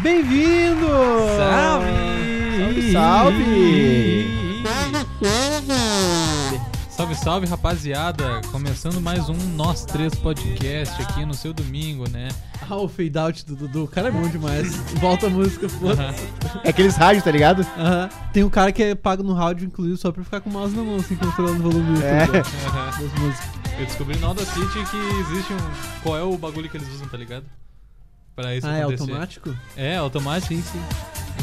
Bem-vindo! Salve, Salve! salve! Salve, salve, rapaziada! Começando mais um Nós Três Podcast aqui no seu domingo, né? Ah, o fade out do Dudu, o cara é bom demais. Volta a música, foda É aqueles rádios, tá ligado? Aham. Tem um cara que é pago no rádio, inclusive, só pra ficar com o mouse na mão, assim, controlando o volume do É. YouTube, ó, das músicas. Eu descobri na Onda City que existe um. Qual é o bagulho que eles usam, tá ligado? Pra isso Ah, é acontecer. automático? É, automático. Sim, sim.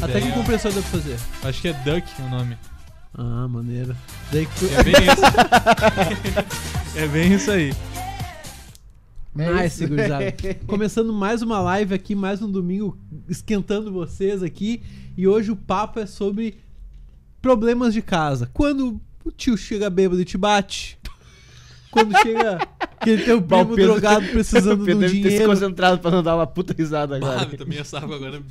Até que o compressor dá pra fazer. Acho que é Duck o nome. Ah, maneiro. Daí que tu... É bem isso. é bem isso aí. Nice, gurizada. Começando mais uma live aqui, mais um domingo esquentando vocês aqui. E hoje o papo é sobre problemas de casa. Quando o tio chega bêbado e te bate. Quando chega aquele teu Bah, o primo Pedro- drogado precisando O de um Pedro deve ter se dinheiro. concentrado pra não dar uma puta risada agora. Ah, eu também saco agora.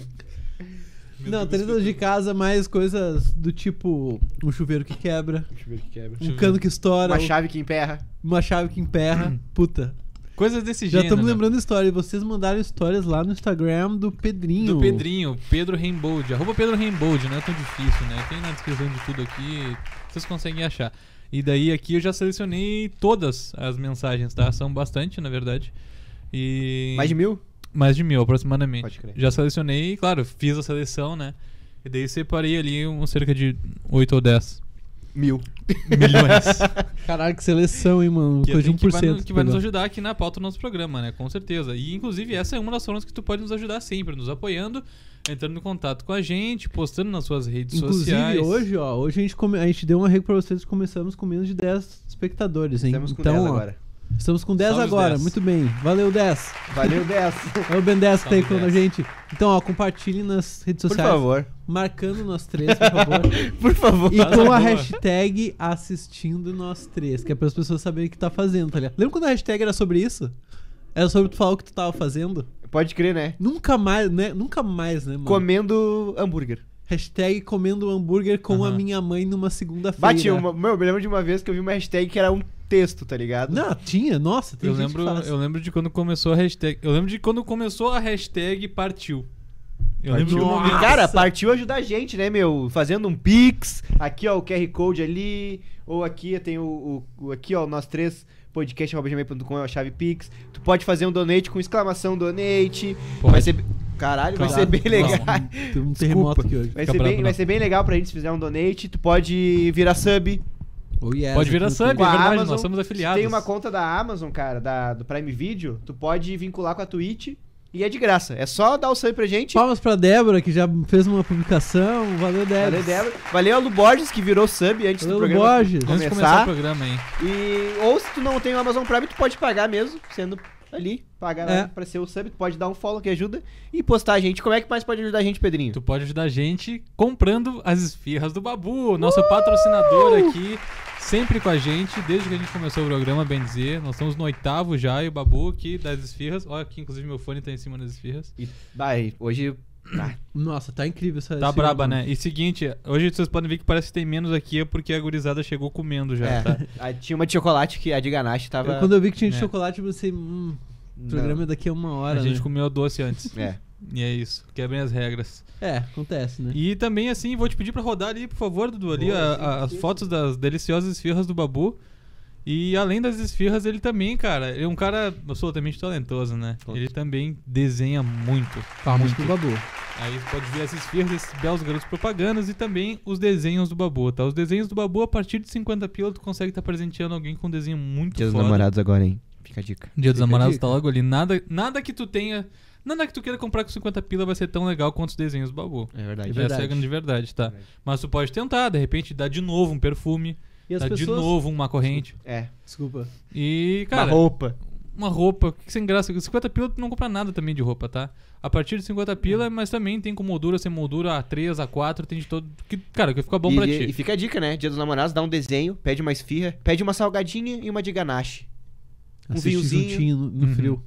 Meu Não, Deus, tretas de casa, mais coisas do tipo um chuveiro que quebra, Deixa eu ver o que quebra. um Chuveiro. cano que estoura, Uma uma, chave que emperra. chave que emperra. Puta. Coisas desse Já gênero. estamos né? lembrando história. Vocês mandaram histórias lá no Instagram do Pedrinho. Do Pedrinho, Pedro Rainbold. Arroba Pedro Rainbold, não é tão difícil, né? Tem na descrição de tudo aqui, vocês conseguem achar. E daí aqui eu já selecionei todas as mensagens, tá? São bastante, na verdade. E... Mais de mil? Mais de mil, aproximadamente. Pode crer. Já selecionei, claro, fiz a seleção, né? E daí separei ali um, cerca de 8 ou 10 Mil. milhões. Caralho, que seleção, hein, mano. que, Coisa de 1%. que, vai, no- que vai nos programa. ajudar aqui na pauta do nosso programa, né? Com certeza. E inclusive essa é uma das formas que tu pode nos ajudar sempre, nos apoiando, entrando em contato com a gente, postando nas suas redes Inclusive, sociais. hoje, ó, hoje a gente, come- a gente deu uma regra pra vocês começamos com menos de 10 espectadores, hein? Estamos com então, 10 ó, agora. Estamos com 10 Salve os agora, 10. muito bem. Valeu, 10. Valeu, 10. É o Ben 10 que tá aí Salve com a 10. gente. Então, ó, compartilhe nas redes Por sociais. favor. Marcando nós três, por favor. Por favor. e com boa. a hashtag assistindo nós três, que é para as pessoas saberem o que tá fazendo, tá ligado? Lembra quando a hashtag era sobre isso? Era sobre tu falar o que tu tava fazendo? Pode crer, né? Nunca mais, né? Nunca mais, né, mano? Comendo hambúrguer. Hashtag comendo hambúrguer com a Aham. minha mãe numa segunda-feira. Bati uma. Meu, eu me lembro de uma vez que eu vi uma hashtag que era um texto, tá ligado? Não, tinha, nossa, tem Eu gente lembro, que assim. faz. eu lembro de quando começou a hashtag. Eu lembro de quando começou a hashtag partiu. Eu lembro de um Partiu. momento. Cara, partiu ajudar a gente, né, meu? Fazendo um pix. Aqui, ó, o QR Code ali. Ou aqui tem o, o- o- aqui, ó, nós três podcast.com é a chave pix. Tu pode fazer um donate com exclamação donate. Pode. Vai ser Caralho, vai Calma. ser bem legal. Calma. Tem um terremoto Desculpa. aqui hoje. Vai Fica ser, bravo, bem, vai não. ser bem legal pra gente se fizer um donate. Tu pode virar sub Oh, yes, Pode virar aqui no sub, é com a Twitter. verdade, Amazon. nós somos Se afiliados. Tem uma conta da Amazon, cara, da, do Prime Video. Tu pode vincular com a Twitch e é de graça. É só dar o sub pra gente. Palmas pra Débora, que já fez uma publicação. Valeu, Débora. Valeu, Débora. Valeu, Alu Borges, que virou sub antes É. Valeu, do programa. Borges. Antes de começar o começar. programa, hein? E, ou se tu não tem o Amazon Prime, tu pode pagar mesmo, sendo Tá ali, pagar É. lá pra ser o sub. Tu pode dar um follow que ajuda e postar a gente. Como é que mais pode ajudar a gente, Pedrinho? Tu pode ajudar a gente comprando as esfirras do Babu, nosso patrocinador aqui, sempre com a gente, desde que a gente começou o programa, bem dizer. Nós estamos no oitavo já e o Babu aqui das esfirras. Olha aqui, inclusive meu fone tá em cima das esfirras. E, vai, hoje. Ah, Nossa, tá incrível essa Tá esse- braba, né? E seguinte, hoje vocês podem ver que parece que tem menos aqui, é porque a gurizada chegou comendo já, é. tá? Ah, Tinha uma de chocolate que a de ganache tava. Eu- quando eu vi que tinha de É. chocolate, eu pensei, hum, o Não. programa é daqui a uma hora. A gente né? comeu doce antes. É. E é isso, quebrem as regras. É, acontece, né? E também, assim, vou te pedir pra rodar ali, por favor, Dudu, ali Boa, a- sim, a- as sim. fotos das deliciosas esfirras do Babu. E além das esfirras, ele também, cara, é um cara absolutamente talentoso, né? Todos. Ele também desenha muito. Palmas muito. pro Babu. Aí você pode ver as esfirras, esses belos garotos propagandas e também os desenhos do Babu, tá? Os desenhos do Babu, a partir de 50 pila, tu consegue estar presenteando alguém com um desenho muito Dia dos foda. namorados agora, hein? Fica a dica. Dia dos Fica a Namorados dica. tá logo ali. Nada, nada que tu tenha. Nada que tu queira comprar com 50 pila vai ser tão legal quanto os desenhos do Babu. É verdade. É Essa é a grande verdade, tá? Mas tu pode tentar, de repente, dar de novo um perfume, E as dar Tá de pessoas. novo uma corrente. É. Desculpa. E, uma cara, roupa. uma roupa, que sem graça. 50 pila tu não compra nada também de roupa, tá? A partir de 50 pila, mas também tem com moldura, sem moldura, A3, A4, tem de todo. Que, cara, o que fica bom e, pra e- ti. e fica a dica, né? Dia dos namorados, dá um desenho, pede uma esfirra, pede uma salgadinha e uma de ganache. Um Assistir vinhozinho. juntinho no, no Uhum. frio.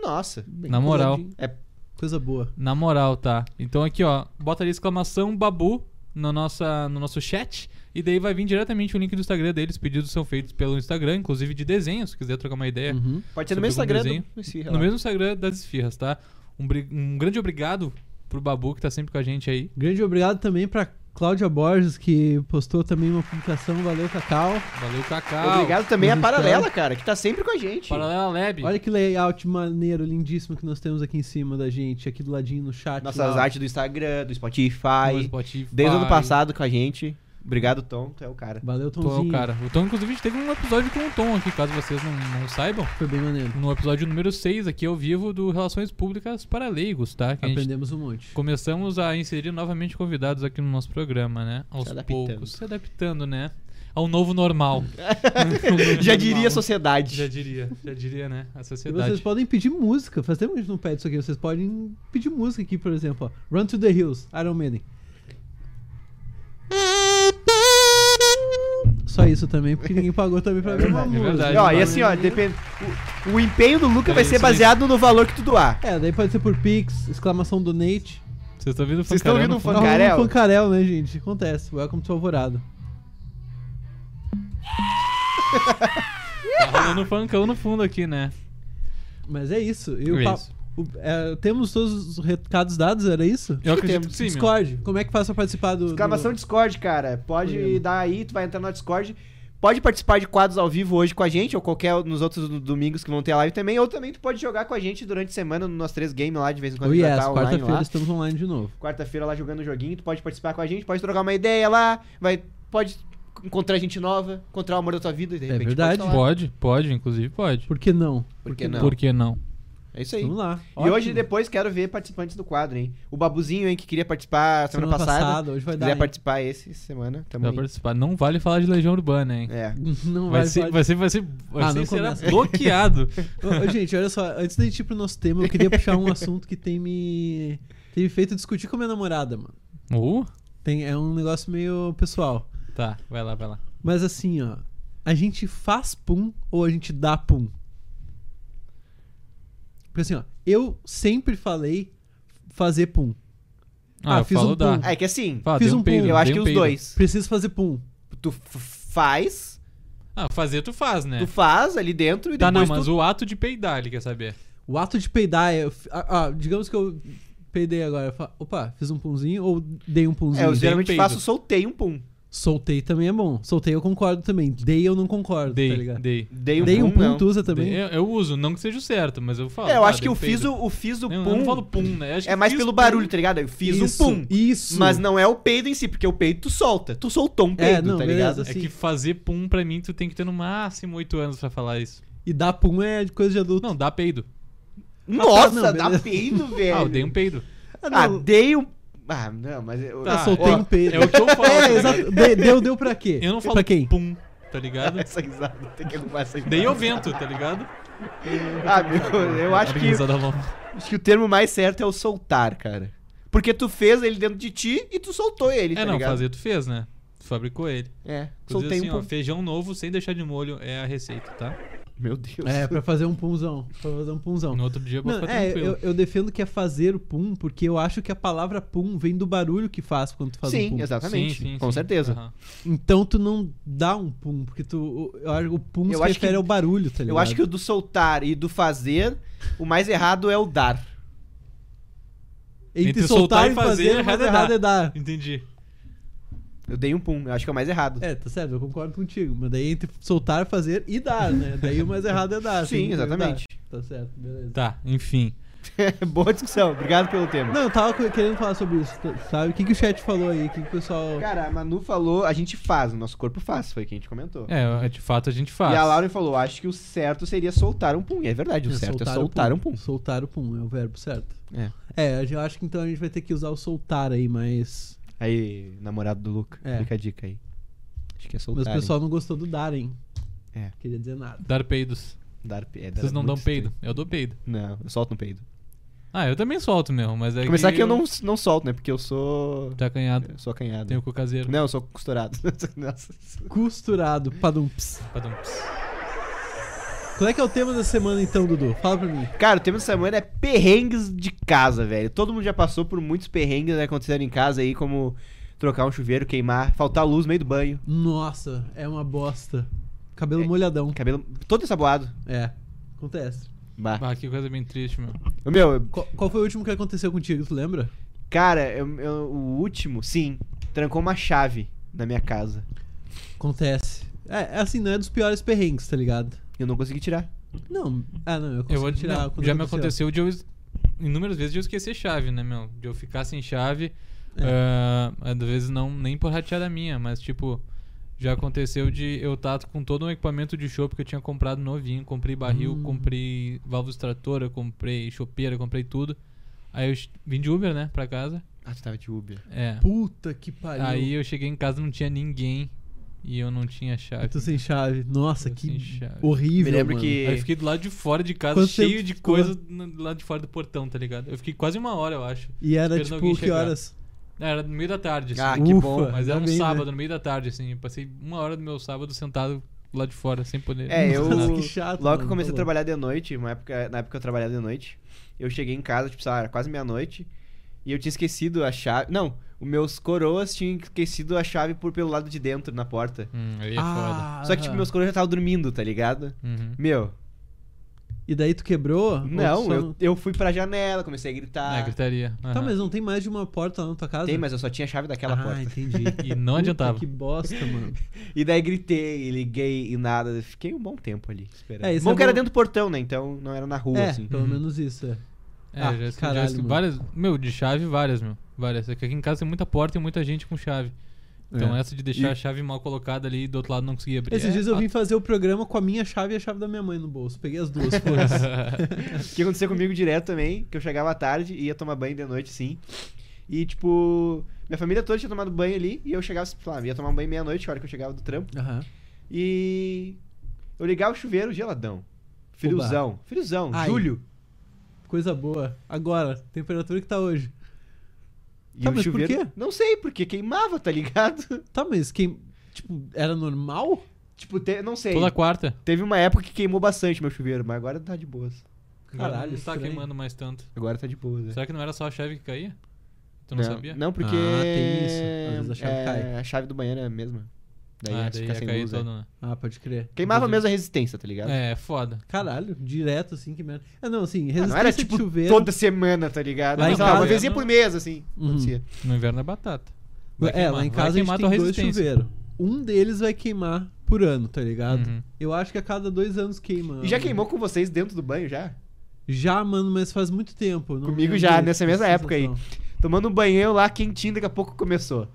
Nossa. Bem Na moral. coladinho. É. Coisa boa. Na moral, tá? Então aqui, ó, bota ali exclamação babu na nossa, no nosso chat. E daí vai vir diretamente o link do Instagram deles. Pedidos são feitos pelo Instagram, inclusive de desenho, se quiser trocar uma ideia. Uhum. Pode ser no Sobre mesmo algum Instagram. desenho. do- do esfirra No lá. mesmo Instagram das esfirras, tá? Um, bri- um grande obrigado pro Babu, que tá sempre com a gente aí. Grande obrigado também pra Cláudia Borges, que postou também uma publicação. Valeu, Cacau. Valeu, Cacá. Obrigado também a Uhum, Paralela, cara, que tá sempre com a gente. Então, Paralela Lab. Olha que layout maneiro, lindíssimo que nós temos aqui em cima da gente, aqui do ladinho no chat. Nossas lá. artes do Instagram, do No Spotify. Spotify. Desde o ano passado com a gente. Obrigado, Tom. Tu é o cara. Valeu, Tom é Tomzinho. o cara. O Tom, inclusive, teve um episódio com o Tom aqui, caso vocês não, não saibam. Foi bem maneiro. No episódio número 6, aqui ao vivo, do Relações Públicas para Leigos, tá? Que a gente Aprendemos um monte. começamos a inserir novamente convidados aqui no nosso programa, né? Aos Se adaptando. poucos. Se adaptando, né? Ao novo normal. Já diria a Já sociedade. diria, já diria, né? A E vocês sociedade. podem pedir música. Faz tempo que a gente não pede isso aqui. Vocês podem pedir música aqui, por exemplo. Ó. Run to the Hills, Iron Maiden. Só isso também, porque ninguém pagou também pra ver uma verdade, é música. verdade. ó, e assim, ó, depende. O, o empenho do Luca É vai ser isso aí. baseado no valor que tu doar. É, daí pode ser por Pix, exclamação donate. Vocês estão ouvindo o Vocês tão Fancaré ouvindo no o fundo? Tá rolando Pancarel. um Pancarel, né, gente? Acontece. Welcome to Alvorada. Tá rolando um funkão no fundo aqui, né? Mas é isso. E o É pa- isso. o- é, temos todos os recados dados, era isso? Eu Acho que acredito temos. que sim, meu. Discord, como é que faz pra participar do... Exclamação do... Discord, cara. Pode Programa. dar aí, tu vai entrar no Discord. Pode participar de quadros ao vivo hoje com a gente, ou qualquer nos outros domingos que vão ter a live também. Ou também tu pode jogar com a gente durante a semana no nosso três game lá, de vez em quando Oh a gente vai yes, tá online lá. quarta-feira estamos online de novo. Quarta-feira lá jogando um joguinho, tu pode participar com a gente, pode trocar uma ideia lá, vai, pode encontrar gente nova, encontrar o amor da tua vida. e De É repente pode verdade. tá lá. Pode, pode, inclusive pode. Por que não? Por que não? Por que não? É isso aí. Vamos lá. E hoje depois quero ver participantes do quadro, hein? O Babuzinho, hein, que queria participar semana, passada. hoje vai Se dar. quiser hein? participar esse semana, tamo Pra aí. participar. Não vale falar de Legião Urbana, hein? É. Não vai, Vai ser, falar vai ser, vai ser, vai Ah, ser- não será começa. bloqueado. Ô, ô, gente, olha só, antes da gente ir pro nosso tema, eu queria puxar um assunto que tem me. tem me feito discutir com a minha namorada, mano. Uh, Tem, é um negócio meio pessoal. tá, vai lá, vai lá. Mas assim, ó. A gente faz pum ou a gente dá pum? Porque assim, ó. Eu sempre falei fazer pum. Ah, Ah, eu fiz falo um dá. ponto. Ah, é que assim, Fala, Fiz dei um peido, pulo. eu acho dei que um os peido. dois. Preciso fazer pum. Tu f- faz, Ah, fazer tu faz, né? tu faz ali dentro e Tá, não, depois mas tu... o ato de peidar, ele quer saber. O ato de peidar é. Ah, ah, digamos que eu peidei agora. eu falo, Opa, fiz um punzinho ou dei um punzinho? É, eu Dei um geralmente peido. faço, soltei um pum. Soltei também é bom. Soltei eu concordo também. Dei eu não concordo, tá Dei, ligado? dei. Dei um Dei pum, um pum, não. tu usa também? Dei. Eu, eu uso, não que seja o certo, mas eu falo. É, eu tá, acho que dei eu fiz peido. o, o fiz o Não, pum. Eu não falo pum, né? Eu acho É que mais fiz pelo pum. barulho, tá ligado? Eu fiz Isso, um pum. Isso. Mas não é o peido em si, porque o peido tu solta. Tu soltou um peido, não, tá beleza. ligado? É Assim. que fazer pum pra mim, tu tem que ter no máximo 8 anos pra falar isso. E dar pum é coisa de adulto. Não, dá peido. Nossa, não, dá beleza. peido, velho. tá, Ah, eu dei um peido. Ah, dei um. Ah, não, mas. Eu... Tá, Eu soltei ó, um peido. É o que eu falo. É, tá ligado? exato. De- deu, deu pra quê? Eu não falo pra quem? pum, tá ligado? Essa risada, tem que arrumar essa risada. Dei ao vento, tá ligado? Ah, meu, eu acho que, Organizada longa. acho que o termo mais certo é o soltar, cara. Porque tu fez ele dentro de ti e tu soltou ele, É, tá não, ligado? fazer tu fez, né? Tu fabricou ele. É, Inclusive, soltei assim, um ó, pum. feijão novo sem deixar de molho é a receita, tá? Meu Deus. É, pra fazer um punzão. Pra fazer um punzão. No outro dia eu vou Não, ficar é, tranquilo. eu, eu defendo que é fazer o pum, porque eu acho que a palavra pum vem do barulho que faz quando tu faz um Sim, pum. exatamente. Sim, sim, com sim. certeza. Aham. Então tu não dá um pum, porque tu. o- Eu acho que o pum Eu se acho refere que- ao barulho, tá ligado? Eu acho que o do soltar e do fazer, o mais errado é o dar. Entre, soltar, e fazer, errado mas é errado dar. é dar. Entendi. Eu dei um pum, eu acho que é o mais errado. É, tá certo, eu concordo contigo. Mas daí entre soltar, fazer e dar, né? Daí o mais errado é dar. Sim, tem que exatamente. dar. Tá certo, beleza. Tá, enfim. Boa discussão, obrigado pelo tema. Não, eu tava co- querendo falar sobre isso, tá- sabe? O que, que o chat falou aí? O que, que o pessoal. Cara, a Manu falou, a gente faz, o nosso corpo faz, foi o que a gente comentou. É, de fato a gente faz. E a Laura falou, acho que o certo seria soltar um pum. E é verdade, o É, certo é soltar um pum. Soltar o pum, é o verbo certo. É. É, eu acho que então a gente vai ter que usar o soltar aí, mas. Aí, namorado do Luca, É. fica a dica aí. Acho que é soltar. Mas o pessoal não gostou do dar, hein? É. Queria dizer nada. Dar peidos. hein? Dar pe- é, dar- Vocês não muito dão peido. estranho. Eu dou peido. Não, eu solto um peido. Ah, eu também solto mesmo, mas é Começar que eu não, não solto, né? Porque eu sou. Tá canhado. Eu sou acanhado. Tenho cu caseiro. Não, eu sou costurado. Nossa. Costurado, padum. ps. Padum, ps. Qual é que é o tema da semana então, Dudu? Fala pra mim. Cara, o tema dessa semana é perrengues de casa, velho. Todo mundo já passou por muitos perrengues né, acontecendo em casa aí, como trocar um chuveiro, queimar, faltar luz no meio do banho, Nossa, é uma bosta. Cabelo É. molhadão. cabelo todo ensaboado. É, acontece. Bah. Ah, que coisa bem triste, meu. Meu, Qual, qual foi o último que aconteceu contigo, tu lembra? Cara, eu- eu- o último, sim, trancou uma chave na minha casa. Acontece. É, é assim, não é dos piores perrengues, tá ligado? Eu não consegui tirar. Não. Ah, não, eu consegui Eu vou tirar. tirar. quando Já me aconteceu. aconteceu de eu. es- Inúmeras vezes de eu esquecer chave, né, meu? De eu ficar sem chave. É. ah, às vezes não, nem por rateada minha, mas tipo. Já aconteceu de eu estar com todo um equipamento de chopp que eu tinha comprado novinho. Comprei barril, Hum. comprei válvula extratora, comprei chopeira, comprei tudo. Aí eu ch- vim de Uber, né, pra casa. Ah, tu tava de Uber. É. Puta que pariu. Aí eu cheguei em casa não tinha ninguém e eu não tinha chave. Eu tô sem chave. Nossa, Eu que sem chave. horrível. Me lembro mano. que- Aí eu fiquei do lado de fora de casa, Quanto cheio tempo de ficou? coisa no- do lado de fora do portão, tá ligado? Eu fiquei quase uma hora, eu acho. E era Esperando tipo, alguém que chegar. horas? Era no meio da tarde, assim. Ah, que Ufa. bom. Mas era ainda um bem, né? sábado, no meio da tarde, assim. Eu passei uma hora do meu sábado sentado lá de fora, sem poder. É, fazer eu. nada. Nossa, que chato, logo que mano, eu comecei a tá trabalhar de noite, uma época, na época que eu trabalhava de noite, eu cheguei em casa, tipo, sei lá, era quase meia-noite, e eu tinha esquecido a chave. Não, os meus coroas tinham esquecido a chave por pelo lado de dentro, na porta. Hum, aí é foda. Ah, Só que, tipo, meus coroas já estavam dormindo, tá ligado? Uhum. Meu, E daí tu quebrou? Ou tu não, só eu, eu fui pra janela, comecei a É, gritar. gritaria. Tá, Aham. mas não tem mais de uma porta lá na tua casa? Tem, mas eu só tinha a chave daquela ah, porta. entendi. E não Puta, adiantava. Que bosta, mano. E daí gritei, e liguei e nada. Fiquei um bom tempo ali esperando. É, isso bom é que era bom. dentro do portão, né? Então não era na rua, é, assim. pelo Uhum. menos isso, é. É, Ah, já, já- caralho, já- mano. várias. Meu, de chave, várias, meu. Várias. É que aqui em casa tem muita porta e muita gente com chave. Então É. essa de deixar E- a chave mal colocada ali e do outro lado não conseguir abrir. Esses é dias eu vim fazer o programa com a minha chave e a chave da minha mãe no bolso. Peguei as duas, foda-se. O que aconteceu comigo direto também, que eu chegava à tarde e ia tomar banho de noite, sim. E, tipo, minha família toda tinha tomado banho ali e eu chegava, sei lá, ia tomar um banho meia-noite, a hora que eu chegava do trampo. Aham. E eu ligava o chuveiro geladão. Friozão. Friozão, Ai. julho. Coisa boa. Agora, temperatura que tá hoje. E Tá, o mas por quê? Não sei, porque queimava, tá ligado? Tá, mas quem. Tipo, era normal? Tipo, te- não sei. Toda quarta. Teve uma época que queimou bastante meu chuveiro, mas agora tá de boas. Agora Caralho, Não tá estranho. queimando mais tanto. Agora tá de boas, né? Será que não era só a chave que caía? Tu não, sabia? Não, porque. Ah, tem isso. Às vezes a chave é, cai. A chave do banheiro é a mesma. Daí, ah, ia daí ficar ia sem cair luz, é. todo, né? Ah, pode crer. Queimava mesmo a resistência, tá ligado? É, foda. Caralho, direto assim, que merda. É, não, assim, Ah, resistência não era tipo de chuveiro. toda semana, tá ligado? Lá Mas, em sei lá, uma casa- né? vez por mês, assim. Uhum. acontecia. No inverno é batata. Vai É, lá queimar, em vai casa a gente queimar tem tua dois resistência. chuveiros. Um deles vai queimar por ano, tá ligado? Uhum. Eu acho que a cada dois anos queima. E já queimou com vocês dentro do banho já? Já, mano, mas faz muito tempo. eu não Comigo lembro já, direito nessa mesma dessa época aí. sensação. Tomando um banheiro lá, quentinho, daqui a pouco começou.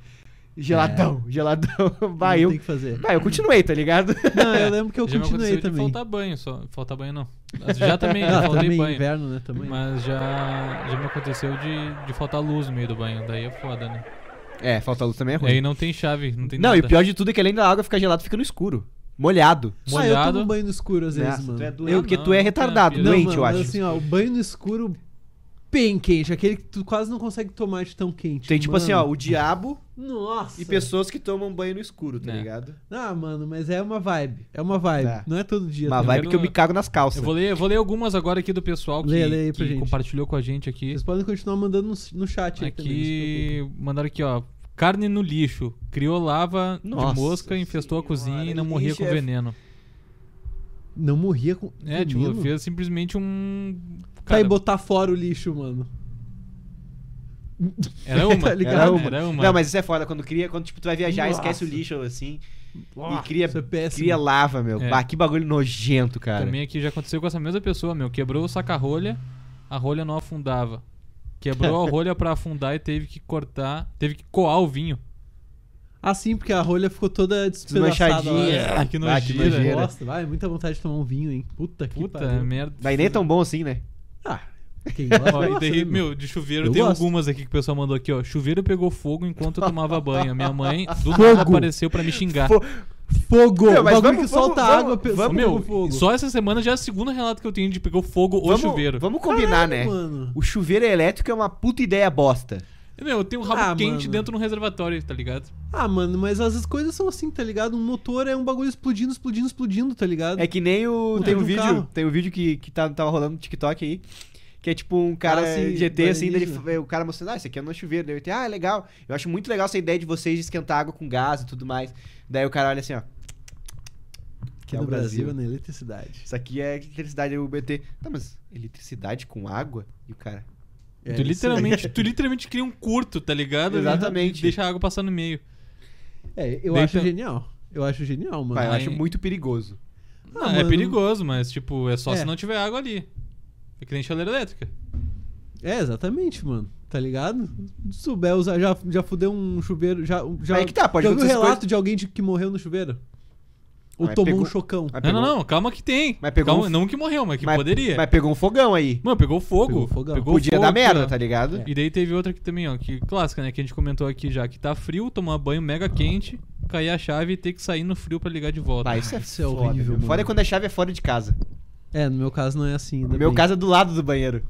Geladão, geladão. Bah, É. Não eu, tem o que fazer. bah, eu continuei, tá ligado? Não, eu lembro que eu Já me aconteceu continuei de também. faltar banho só. Faltar banho não. Mas Já também, já Ah, faltei também banho. inverno, né? Também. Mas já, já me aconteceu de, de faltar luz no meio do banho. Daí é foda, né? É, falta luz também é E aí não tem chave, não tem Não, nada. e o pior de tudo é que além da água ficar gelada, fica no escuro. Molhado. Ah, eu tomo molhado. banho no escuro às vezes, Nossa, mano. tu é Eu- doente, porque não, tu é não, retardado, não, doente, mano, eu mas acho. assim, ó, o banho no escuro bem quente, aquele que tu quase não consegue tomar de tão quente. Tem tipo mano. assim, ó, o diabo Nossa. e pessoas que tomam banho no escuro, tá É. ligado? Ah, mano, mas é uma vibe. É uma vibe. Tá. Não é todo dia. Uma também. vibe que eu vendo- me cago nas calças. Eu vou ler, eu vou ler algumas agora aqui do pessoal que, Lê, lê aí pra que gente. compartilhou com a gente aqui. Vocês podem continuar mandando no, no chat aí também. não se preocupe. Aqui mandaram aqui, ó. Carne no lixo. Criou lava Nossa de mosca, infestou a cozinha e senhora, não morria lixo com é- veneno. Não morria com. É, tipo, Menino? fez simplesmente um. Tá Cara, e botar fora o lixo, mano. era uma, Tá ligado? era uma, era uma. Não, mas isso é foda. Quando cria, quando tipo, tu vai viajar, Nossa. esquece o lixo assim. Nossa, e cria, isso é péssimo. cria lava, meu. É. Bah, que bagulho nojento, cara. Também aqui já aconteceu com essa mesma pessoa, meu. Quebrou o saca-rolha, a rolha não afundava. Quebrou a rolha pra afundar e teve que cortar, teve que coar o vinho. Assim, porque a rolha ficou toda é despedaçada. Desmanchadinha. lá. Ah, que Ah, que nojeira. nojeira. Nossa, vai, muita vontade de tomar um vinho, hein? Puta que Puta pariu. merda. Daí nem é tão bom assim, né? Ah, quem gosta, Ó, e gosta, daí, né, meu, de chuveiro Eu tem gosto. algumas aqui que o pessoal mandou aqui, ó. Chuveiro pegou fogo enquanto eu tomava banho. A minha mãe do Fogo. nada apareceu pra me xingar. Fogo. Fogo! Meu, o mas bagulho vamos- que vamos- solta vamos- água pe- vamos- pegou meu, fogo. só essa semana já é o segundo relato que eu tenho de pegou fogo ou vamos, chuveiro. Vamos combinar, né? Mano. O chuveiro elétrico é uma puta ideia bosta. Meu, eu tenho um rabo Ah, quente mano. dentro de um reservatório, tá ligado? Ah, mano, mas as coisas são assim, tá ligado? Um motor é um bagulho explodindo, explodindo, explodindo, tá ligado? É que nem o. Puta tem de um um vídeo. carro. Tem um vídeo que, que tá, tava rolando no TikTok aí. Que é tipo um cara Ah, sim, GT, assim, daí ele- alienígena. o cara mostrando, ah, isso aqui é no chuveiro. Daí eu tenho, ah, legal. Eu acho muito legal essa ideia de vocês de esquentar água com gás e tudo mais. Daí o cara olha assim, ó. que é no o Brasil. Brasil é na eletricidade. é Isso aqui é eletricidade, aí o BT. Tá, mas eletricidade com água? E o cara. É tu, isso literalmente, tu literalmente cria um curto, tá ligado? Exatamente. E deixa a água passar no meio. É, eu Deixa- acho genial. Eu acho genial, mano. é. Vai, eu aí- acho muito perigoso. Não, Ah, é mano. perigoso, mas tipo, é só É. se não tiver água ali. É que nem chaleira elétrica. É, exatamente, mano. Tá ligado? Se souber usar, já, já fudeu um chuveiro. Já, um- já, Aí que tá, pode já ouviu acontecer relato coisas- de alguém de- que morreu no chuveiro? Ou Mas tomou um pegou- chocão? Mas Não, pegou- não, não, calma que tem. Mas pegou Calma- um- Não que morreu, mas que mas- poderia. Mas pegou um fogão aí. Mano, pegou fogo. Pegou né? É. fogão. pegou Podia fogo, dar merda, ó. tá ligado? E daí teve outra aqui também, ó, que clássica, né? Que a gente comentou aqui já, que tá frio, tomar banho mega quente, cair a chave e ter que sair no frio pra ligar de volta. Ah, isso é, Isso é foda, horrível, meu. mano. Foda é quando a chave é fora de casa. É, no meu caso não é assim. No meu caso é do lado do banheiro.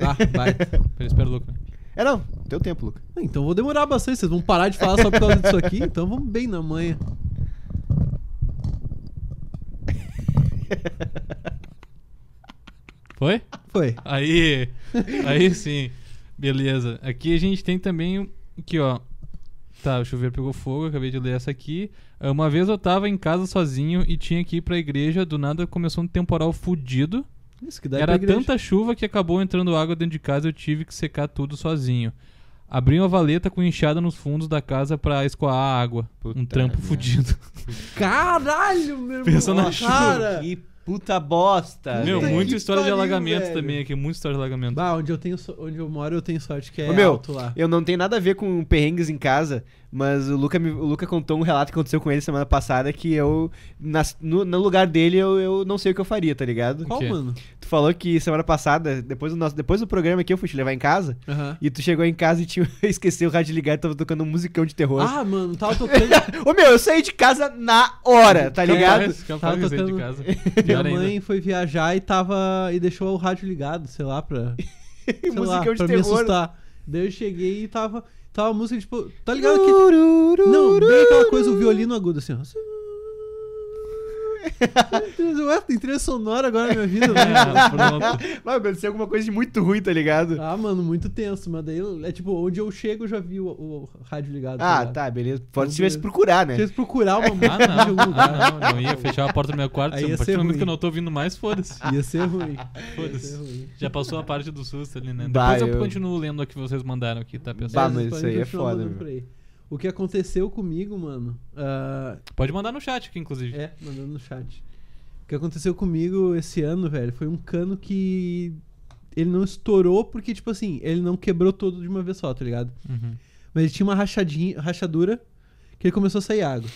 Ah, vai. Pera, espera, louco. né? É não, teu tempo, Luca. Ah, Então vou demorar bastante, vocês vão parar de falar só por causa disso aqui, então vamos bem na manha. Foi? Foi. Aí, aí sim. Beleza. Aqui a gente tem também um, aqui, ó. Tá, o chuveiro pegou fogo, acabei de ler essa aqui. Ah, Uma vez eu tava em casa sozinho e tinha que ir pra igreja, do nada começou um temporal fudido. Isso que dá pra Era igreja. tanta chuva que acabou entrando água dentro de casa e eu tive que secar tudo sozinho. Abri uma valeta com enxada nos fundos da casa pra escoar a água. um Puta trampo merda. fudido. Caralho, meu irmão. Pensa na Nossa, chuva. Cara. Que puta bosta. Meu, que velho. muita história de pariu, alagamento velho. também aqui, muita história de alagamento. Bah, onde eu, tenho, so- onde eu moro eu tenho sorte que é Ô, meu, alto lá. Eu não tenho nada a ver com perrengues em casa, mas o Luca, me- o Luca contou um relato que aconteceu com ele semana passada que eu, nas- no, no lugar dele, eu, eu não sei o que eu faria, tá ligado? Qual, quê? mano? Tu falou que semana passada, depois do, nosso, depois do programa aqui, eu fui te levar em casa. Aham. E tu chegou em casa e tinha, eu esqueci o rádio ligado, tava tocando um musicão de terror. Ah, mano, tava tocando. Ô meu, eu saí de casa na hora, tá ligado? Capaz, capaz Tava que eu saí de tocando- casa. Minha Pior ainda. mãe foi viajar e tava. e deixou o rádio ligado, sei lá, pra. Sei lá, musicão de pra é me terror. assustar. Daí eu cheguei e tava. Tava a música, tipo. Tá ligado que. Não, bem aquela coisa, o violino agudo, assim, ó. Ué, tem trilha sonora agora na minha vida, né? É, pronto. Mas aconteceu alguma coisa de muito ruim, tá ligado? Ah, mano, muito tenso, mas daí é tipo, onde eu chego eu já vi o, o rádio ligado. Ah, ligado? tá, beleza. Então, Pode se tivesse beleza. procurar, né? Tinha que procurar uma música Ah, É, de não. algum lugar. Ah, não. Não ia fechar a porta do meu quarto. Aí A ia partir ser do momento ruim. que eu não tô ouvindo mais, foda-se. Ia ser ruim. Ia Foda-se. ser ruim. Já passou a parte do susto ali, né? Bah, Depois eu, eu- continuo lendo o que vocês mandaram aqui, tá, pessoal? Bah, mas Vocês isso podem aí é continuar foda, mandando meu. por aí. O que aconteceu comigo, mano, ah, Pode mandar no chat aqui, inclusive. É, mandando no chat. O que aconteceu comigo esse ano, velho, foi um cano que ele não estourou porque, tipo assim, ele não quebrou todo de uma vez só, tá ligado? Uhum. Mas ele tinha uma rachadinha, rachadura que ele começou a sair água.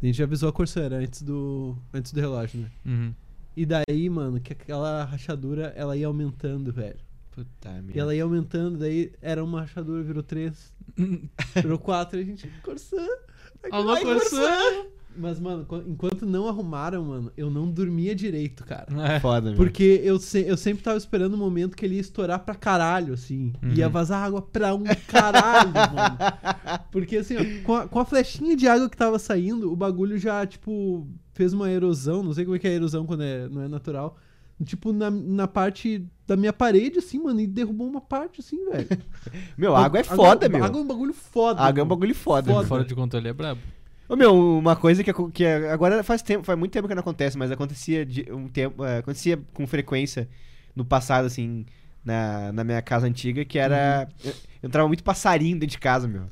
A gente avisou a Corsair antes do, antes do relógio, né? Uhum. E daí, mano, que aquela rachadura, ela ia aumentando, velho. Puta E ela ia aumentando, daí era uma rachadura, virou três, virou quatro, e a gente, Corsair... É Alô, ai, Corsan! Mas, mano, qu- enquanto não arrumaram, mano, eu não dormia direito, cara. Uhum. É. Foda, meu. Porque eu, se- eu sempre tava esperando o momento que ele ia estourar pra caralho, assim. Uhum. Ia vazar água pra um caralho, mano. Porque, assim, ó, com a, com a flechinha de água que tava saindo, o bagulho já, tipo, fez uma erosão. Não sei como é que é a erosão quando é, não é natural. Tipo, na, na parte da minha parede, assim, mano, e derrubou uma parte, assim, velho. Meu, água é foda, meu. Água é um bagulho foda. Água é um mano. bagulho foda. Foda. Fora de controle é brabo. Ô, meu, uma coisa que, aco- que é- agora faz tempo, faz muito tempo que não acontece, mas acontecia de um tempo, é, acontecia com frequência no passado, assim, na, na minha casa antiga, que era. eu- Entrava muito passarinho dentro de casa, meu.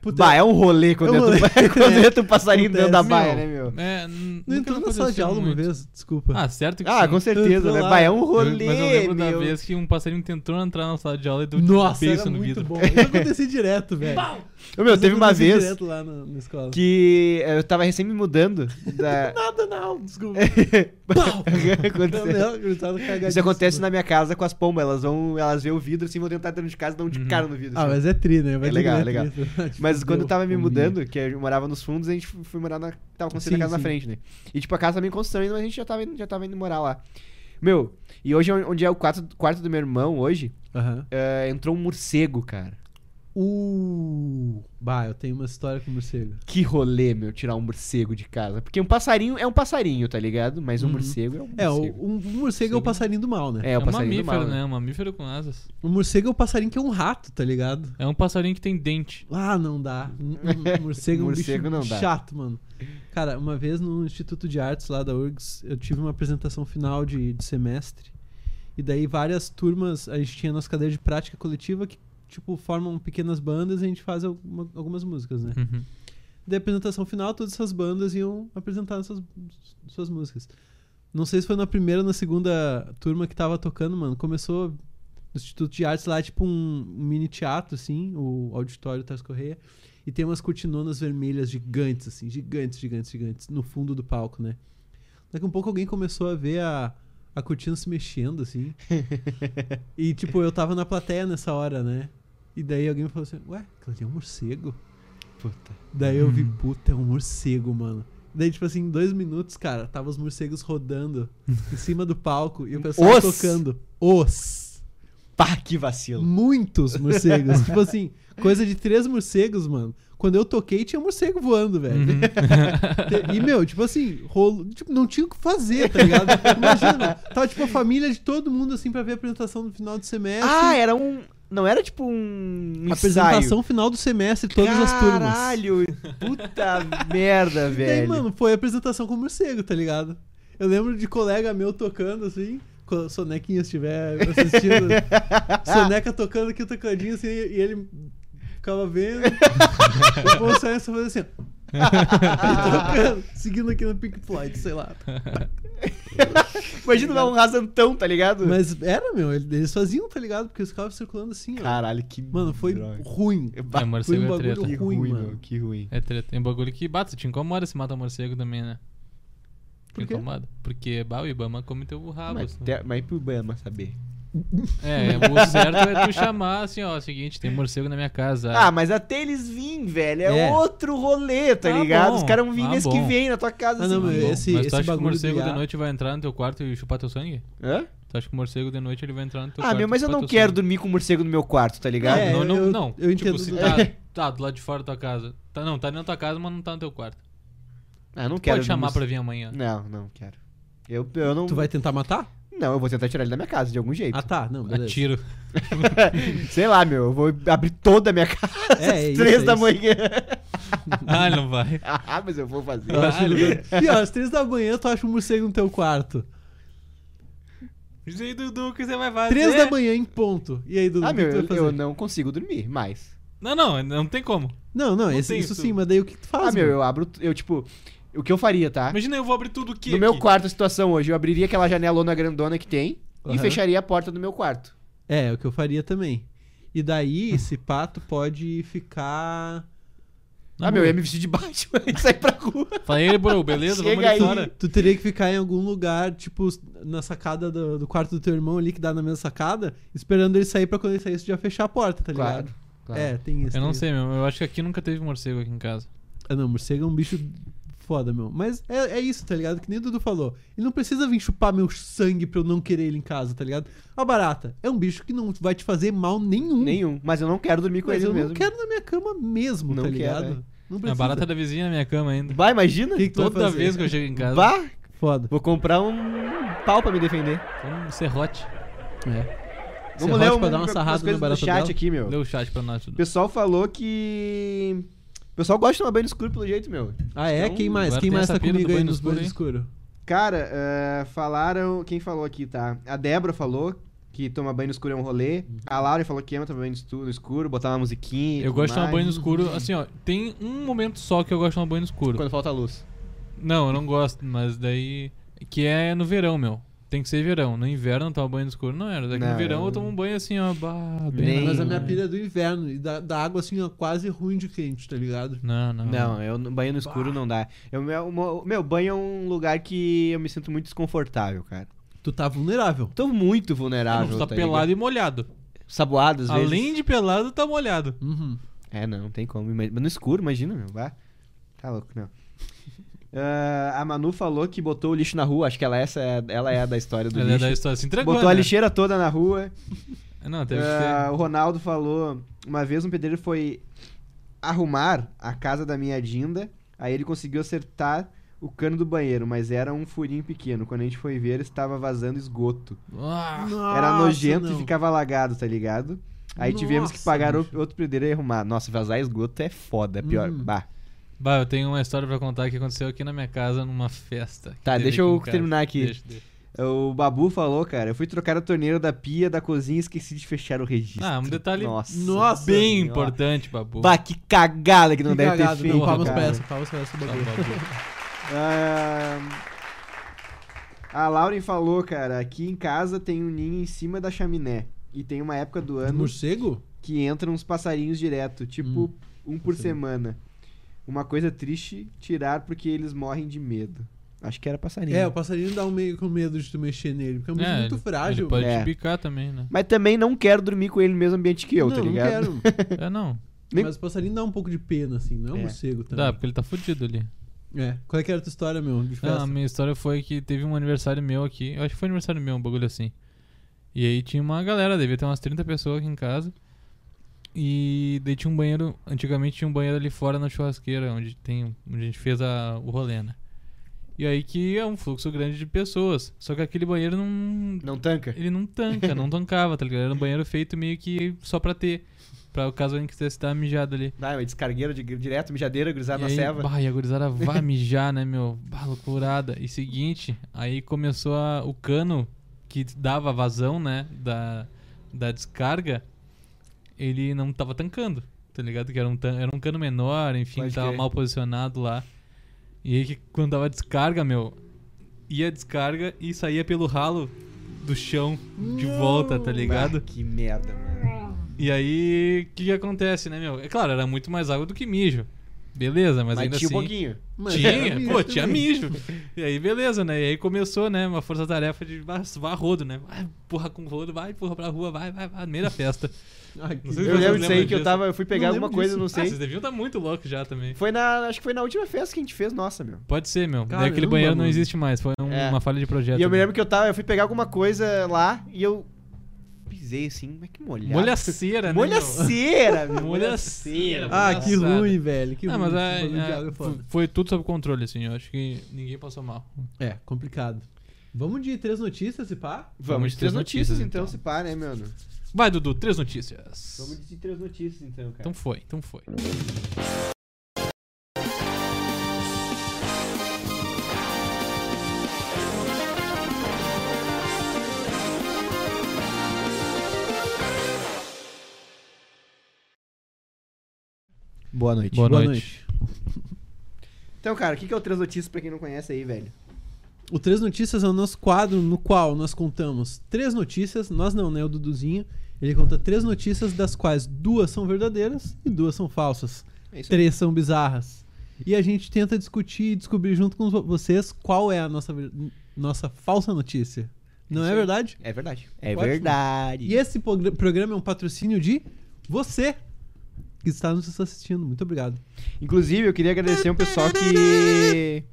Puta, bah, é um rolê É quando, um entra, quando entra um passarinho dentro da Acontece. baia, Meu, né, meu? É, n- Não nunca entrou na sala de aconteceu aula uma muito. vez, desculpa. Ah, certo que Ah, sim. com certeza, Entrou né? lá. Bah, é um rolê, Eu- Mas eu lembro meu. da vez que um passarinho tentou entrar na sala de aula e deu Nossa, de era beijo no muito vidro. bom. Isso acontecia direto, velho. Ô, meu, teve uma Acontecia vez Direto lá na, na escola. que eu tava recém me mudando da. Nada não, desculpa. Pau! Aconteceu. Não, gritado cagadíssimo. Isso acontece na minha casa com as pombas. Elas vão, elas vê o vidro assim, vão tentar dentro de casa e dão de Uhum. cara no vidro. Ah, assim. mas é tri, né? Vai É legal, direto é legal. nisso. Tipo, Mas quando deu eu tava me um mudando, que eu morava nos fundos, a gente f- foi morar na. Tava construindo Sim, a casa sim. na frente, né? E tipo, a casa tava em construção, mas a gente já tava, indo- já tava indo morar lá. Meu, e hoje on- onde é o quarto, quarto do meu irmão hoje, Aham. é, entrou um morcego, cara. Uh, bah, eu tenho uma história com morcego. Que rolê, meu, tirar um morcego de casa. Porque um passarinho é um passarinho, tá ligado? Mas um Uhum. morcego é um É, o, morcego. um, um morcego é o passarinho do mal, né? É, o um passarinho do mamífero, mal, né? né? Um mamífero com asas. O morcego é o passarinho que é um rato, tá ligado? É um passarinho que tem dente. Ah, não dá. Um- um Morcego é um é Morcego bicho não dá. chato, mano. Cara, uma vez no Instituto de Artes lá da URGS, eu tive uma apresentação final de, de semestre. E daí várias turmas, a gente tinha a nossa cadeira de prática coletiva que, tipo, formam pequenas bandas e a gente faz alguma- algumas músicas, né? Uhum. da apresentação final, todas essas bandas iam apresentar suas, suas músicas. Não sei se foi na primeira ou na segunda turma que tava tocando, mano. Começou no Instituto de Artes lá, tipo um mini teatro, assim, o auditório Tars Correia. E tem umas cortinonas vermelhas gigantes, assim, gigantes, gigantes, gigantes, no fundo do palco, né? Daqui a um pouco alguém começou a ver a, a cortina se mexendo, assim. e, tipo, eu tava na plateia nessa hora, né? E daí alguém falou assim, ué, aquilo ali é um morcego? né? Puta. Daí eu vi, Hum. puta, é um morcego, mano. Daí, tipo assim, em dois minutos, cara, tava os morcegos rodando em cima do palco e o pessoal Os. tocando. Os. Pá, que vacilo. Muitos morcegos. tipo assim, coisa de três morcegos, mano. Quando eu toquei, tinha morcego voando, velho. Uhum. Te- E, meu, tipo assim, rolo, tipo, não tinha o que fazer, tá ligado? Imagina, tava tipo a família de todo mundo, assim, pra ver a apresentação do final do semestre. Ah, era um. Não era tipo um. assim. apresentação final do semestre, todas as turmas. Caralho, puta merda, E daí, velho. mano, foi a apresentação com o morcego, tá ligado? Eu lembro de colega meu tocando assim, quando o Sonequinha estiver assistindo, Soneca tocando aqui o tocadinho assim, e ele ficava vendo. o Paul Simon só fazia assim, ó. Ele tocando, seguindo aqui no Pink Floyd, sei lá. Imagina um rasantão, tá ligado? Mas era, meu, eles faziam, tá ligado? Porque os carros circulando assim, ó. Caralho, que. Mano, foi droga. ruim. É, Foi um morcego é bagulho treta. ruim, Que ruim, mano. meu, que ruim. É treta. Tem um bagulho que bate, te incomoda se mata morcego também, né? Por Te quê? Incomoda. Porque bah, o Ibama come teu rabo. mas, assim. te, mas pro Bama saber. É, o certo é tu chamar assim, ó, seguinte, tem morcego na minha casa. Tá Ah, mas até eles vim, velho. É, É. outro rolê, tá, Tá ligado? bom, Os caras vão vir tá nesse bom. que vem na tua casa Ah, assim. não, Bom, mas esse- mas tu esse acha que o bagulho do morcego de IA noite vai entrar no teu quarto e chupar teu sangue? Hã? Tu acha que o morcego de noite ele vai entrar no teu Ah, quarto? meu, e mas eu chupar teu não quero sangue? dormir com morcego no meu quarto, tá ligado? É, Não, não, eu- não. eu tipo, entendo. se tá, tá do lado de fora da tua casa. Tá, não, tá dentro da tua casa, mas não tá no teu quarto. Ah, não quero. Pode chamar dormir- pra vir amanhã. Não, não quero. Eu, eu não. Tu vai tentar matar? Não, eu vou tentar tirar ele da minha casa de algum jeito. Ah, tá, não, beleza. Atiro. Sei lá, meu, eu vou abrir toda a minha casa É, é às isso, três é da isso. manhã. Ah, não vai. ah, mas eu vou fazer. Eu acho Caralho. legal. E ó, às três da manhã tu acha um morcego no teu quarto. Diz aí, Dudu, o que você vai fazer? Três da manhã em ponto. E aí, Dudu, Ah, o que meu, tu vai eu, fazer? eu não consigo dormir mais. Não, não, não tem como. Não, não, Não esse- tem isso isso. sim, mas daí o que tu faz? Ah, meu, mano? eu abro. Eu, tipo, o que eu faria, tá? Imagina, eu vou abrir tudo o que no meu aqui? quarto, a situação hoje, eu abriria aquela janelona grandona que tem e Aham. fecharia a porta do meu quarto. É, é o que eu faria também. E daí, esse pato pode ficar. Na ah, meu, eu rua. ia me vestir de Batman e sair pra rua. Tá Falei, "Ei, bro, beleza, vamos Chega ali aí. fora. Tu teria que ficar em algum lugar, tipo, na sacada do, do quarto do teu irmão ali, que dá na mesma sacada, esperando ele sair pra quando ele sair, tu já fechar a porta, tá ligado? claro. É, tem isso. Eu não tem sei, meu. Eu acho que aqui nunca teve morcego aqui em casa. Ah, não, morcego é um bicho foda, meu. Mas é, é isso, tá ligado? Que nem o Dudu falou. Ele não precisa vir chupar meu sangue pra eu não querer ele em casa, tá ligado? A barata é um bicho que não vai te fazer mal nenhum. Nenhum. Mas eu não quero dormir com Mas ele eu mesmo. não quero na minha cama mesmo, Não tá quero, ligado? é. Não A precisa. barata da vizinha na minha cama ainda. Bah, imagina. Que que tu vai Toda fazer? vez que eu chego em casa, Bah, Foda. vou comprar um pau pra me defender. tem um serrote. É. Vamos ler um, pra dar uma sarrada umas coisas na barata do chat dela. aqui, meu. Lê o chat pra nós. O Dudu. pessoal falou que. O pessoal gosta de tomar banho no escuro pelo jeito, meu. Ah, é? Então, quem mais? agora Quem tem mais essa tá pira do comigo aí banho no nos escuro, banhos escuros? Cara, eh, falaram. Quem falou aqui, tá? A Débora falou que tomar banho no escuro é um rolê. A Laura falou que ama tomar banho no estu- no escuro, botar uma musiquinha. e Eu tudo gosto de tomar mais. banho no escuro. Assim, ó, tem um momento só que eu gosto de tomar banho no escuro. Quando falta luz. Não, eu não gosto, mas daí. Que é no verão, meu. Tem que ser verão. No inverno eu tomo banho no escuro. Não era. Daqui Não, no verão eu- eu tomo um banho assim, ó. Bah, bem Nem- na- Mas a minha pilha é do inverno e da, da água assim, ó, quase ruim de quente, tá ligado? Não, não. Não, eu no- banho no escuro não dá. Eu, meu, mo- meu, banho é um lugar que eu me sinto muito desconfortável, cara. Tu tá vulnerável. Tô muito Não, vulnerável. tu tá ligado? pelado e molhado. Saboado, né? às vezes. Além de pelado, tá molhado. Uhum. É, não, não tem como. Mas no escuro, imagina, meu. Vá. Tá louco, não. Ah, a Manu falou que botou o lixo na rua. Acho que ela, essa é, ela é a da história do Ela é lixo. da história se entregou. botou a né? lixeira toda na rua. É, Não, teve que Ah, ser. o Ronaldo falou: uma vez um pedreiro foi arrumar a casa da minha Dinda. Aí ele conseguiu acertar o cano do banheiro, mas era um furinho pequeno. Quando a gente foi ver, estava vazando esgoto. Ah, era Nossa, nojento não. e ficava alagado, tá ligado? Aí tivemos que Nossa, pagar o- bicho. outro pedreiro e arrumar. Nossa, vazar esgoto é foda, é pior. Hum. Bah. Bah, eu tenho uma história pra contar que aconteceu aqui na minha casa numa festa. que Tá, teve deixa aqui eu em casa. terminar aqui. Deixa, deixa. O Babu falou, cara, eu fui trocar a torneira da pia da cozinha e esqueci de fechar o registro. Ah, um detalhe Nossa. Nossa Bem senhora. importante, Babu. Bah, que cagada que não Que deve cagada, ter feito, não, palmas cara. pra essa, palmas pra essa Tá, bagulho. Babu. Ah, a Lauren falou, cara, aqui em casa tem um ninho em cima da chaminé. E tem uma época do ano É Morcego? que entram uns passarinhos direto, tipo Hum. um por sei. semana. Uma coisa triste tirar porque eles morrem de medo. Acho que era passarinho. É, o passarinho dá um meio com medo de tu mexer nele, porque é um bicho É, muito ele- frágil. Ele pode É. te picar também, né? Mas também não quero dormir com ele no mesmo ambiente que eu, não, tá ligado? não quero. É, não. Nem- Mas o passarinho dá um pouco de pena, assim, não é um É. morcego Dá, também. porque ele tá fudido ali. É. Qual é que era a tua história, meu? De Ah, a festa? minha história foi que teve um aniversário meu aqui. Eu acho que foi aniversário meu, um bagulho assim. E aí tinha uma galera, devia ter umas 30 pessoas aqui em casa. E daí tinha um banheiro. Antigamente tinha um banheiro ali fora na churrasqueira, onde, tem, onde a gente fez a, o rolê, né? E aí que é um fluxo grande de pessoas. Só que aquele banheiro não. Não tanca? Ele não tanca, não tancava, tá ligado? Era um banheiro feito meio que só pra ter. Pra o caso alguém quisesse dar uma mijada ali. Ah, mas descargueira de, direto, mijadeira, E grisada na aí, ceva. Bah, e a gurizada vai mijar, né, meu? Bah, loucurada. E seguinte, aí começou a- o cano que dava vazão, né, da, da descarga, ele não tava tancando, tá ligado? Que era um, tan- era um cano menor, enfim, Pode tava crer. mal posicionado lá. E aí, que quando dava descarga, meu, ia a descarga e saía pelo ralo do chão de volta, tá ligado? Ah, que merda, mano. E aí, o que, que acontece, né, meu? É claro, era muito mais água do que mijo. Beleza, mas, Mas, ainda tinha assim... um pouquinho. Mas era Tinha, mijo pô, tinha também. mijo. E aí, beleza, né? E aí começou, né? Uma força-tarefa de va- va- rodo, né? Vai, empurra com rodo, vai, empurra pra rua, vai, vai, vai. No meio da festa. Ai, que Não sei se Eu vocês lembro disso aí lembram que eu disso. tava, eu fui Não pegar alguma lembro coisa, disso. não Ah, sei. vocês deviam estar muito loucos já também. Foi na, acho que foi na última festa que a gente fez, nossa, meu. Pode ser, meu. Daí Caramba, aquele banheiro não mano. existe mais. Foi um- É. uma falha de projeto. E eu me lembro que eu tava, eu fui pegar alguma coisa lá e eu pisei assim, mas que molhado. Molhaceira, né? Molhaceira, meu? meu. Molhaceira. Ah, que palhaçada. ruim, velho. Que ah, ruim. mas esse bagulho de água a, é a, foda. foi- foi tudo sob controle, assim. Eu acho que ninguém passou mal. É, complicado. Vamos de três notícias e pá? Vamos de três notícias então, se pá, né, mano? Vai, Dudu, três notícias. Vamos de três notícias então, cara. Então foi, então foi. Boa noite. Boa, Boa noite. Então, cara, o que que é o três notícias pra quem não conhece aí, velho? O Três Notícias é o nosso quadro no qual nós contamos três notícias, nós não, né? O Duduzinho. Ele conta três notícias, das quais duas são verdadeiras e duas são falsas. É isso aí. Três são bizarras. E a gente tenta discutir e descobrir junto com vo- vocês qual é a nossa, ver- nossa falsa notícia. Não Isso é aí. verdade? É verdade. É Ótimo. verdade. E esse progr- programa é um patrocínio de você que está nos assistindo. Muito obrigado. Inclusive, eu queria agradecer o pessoal que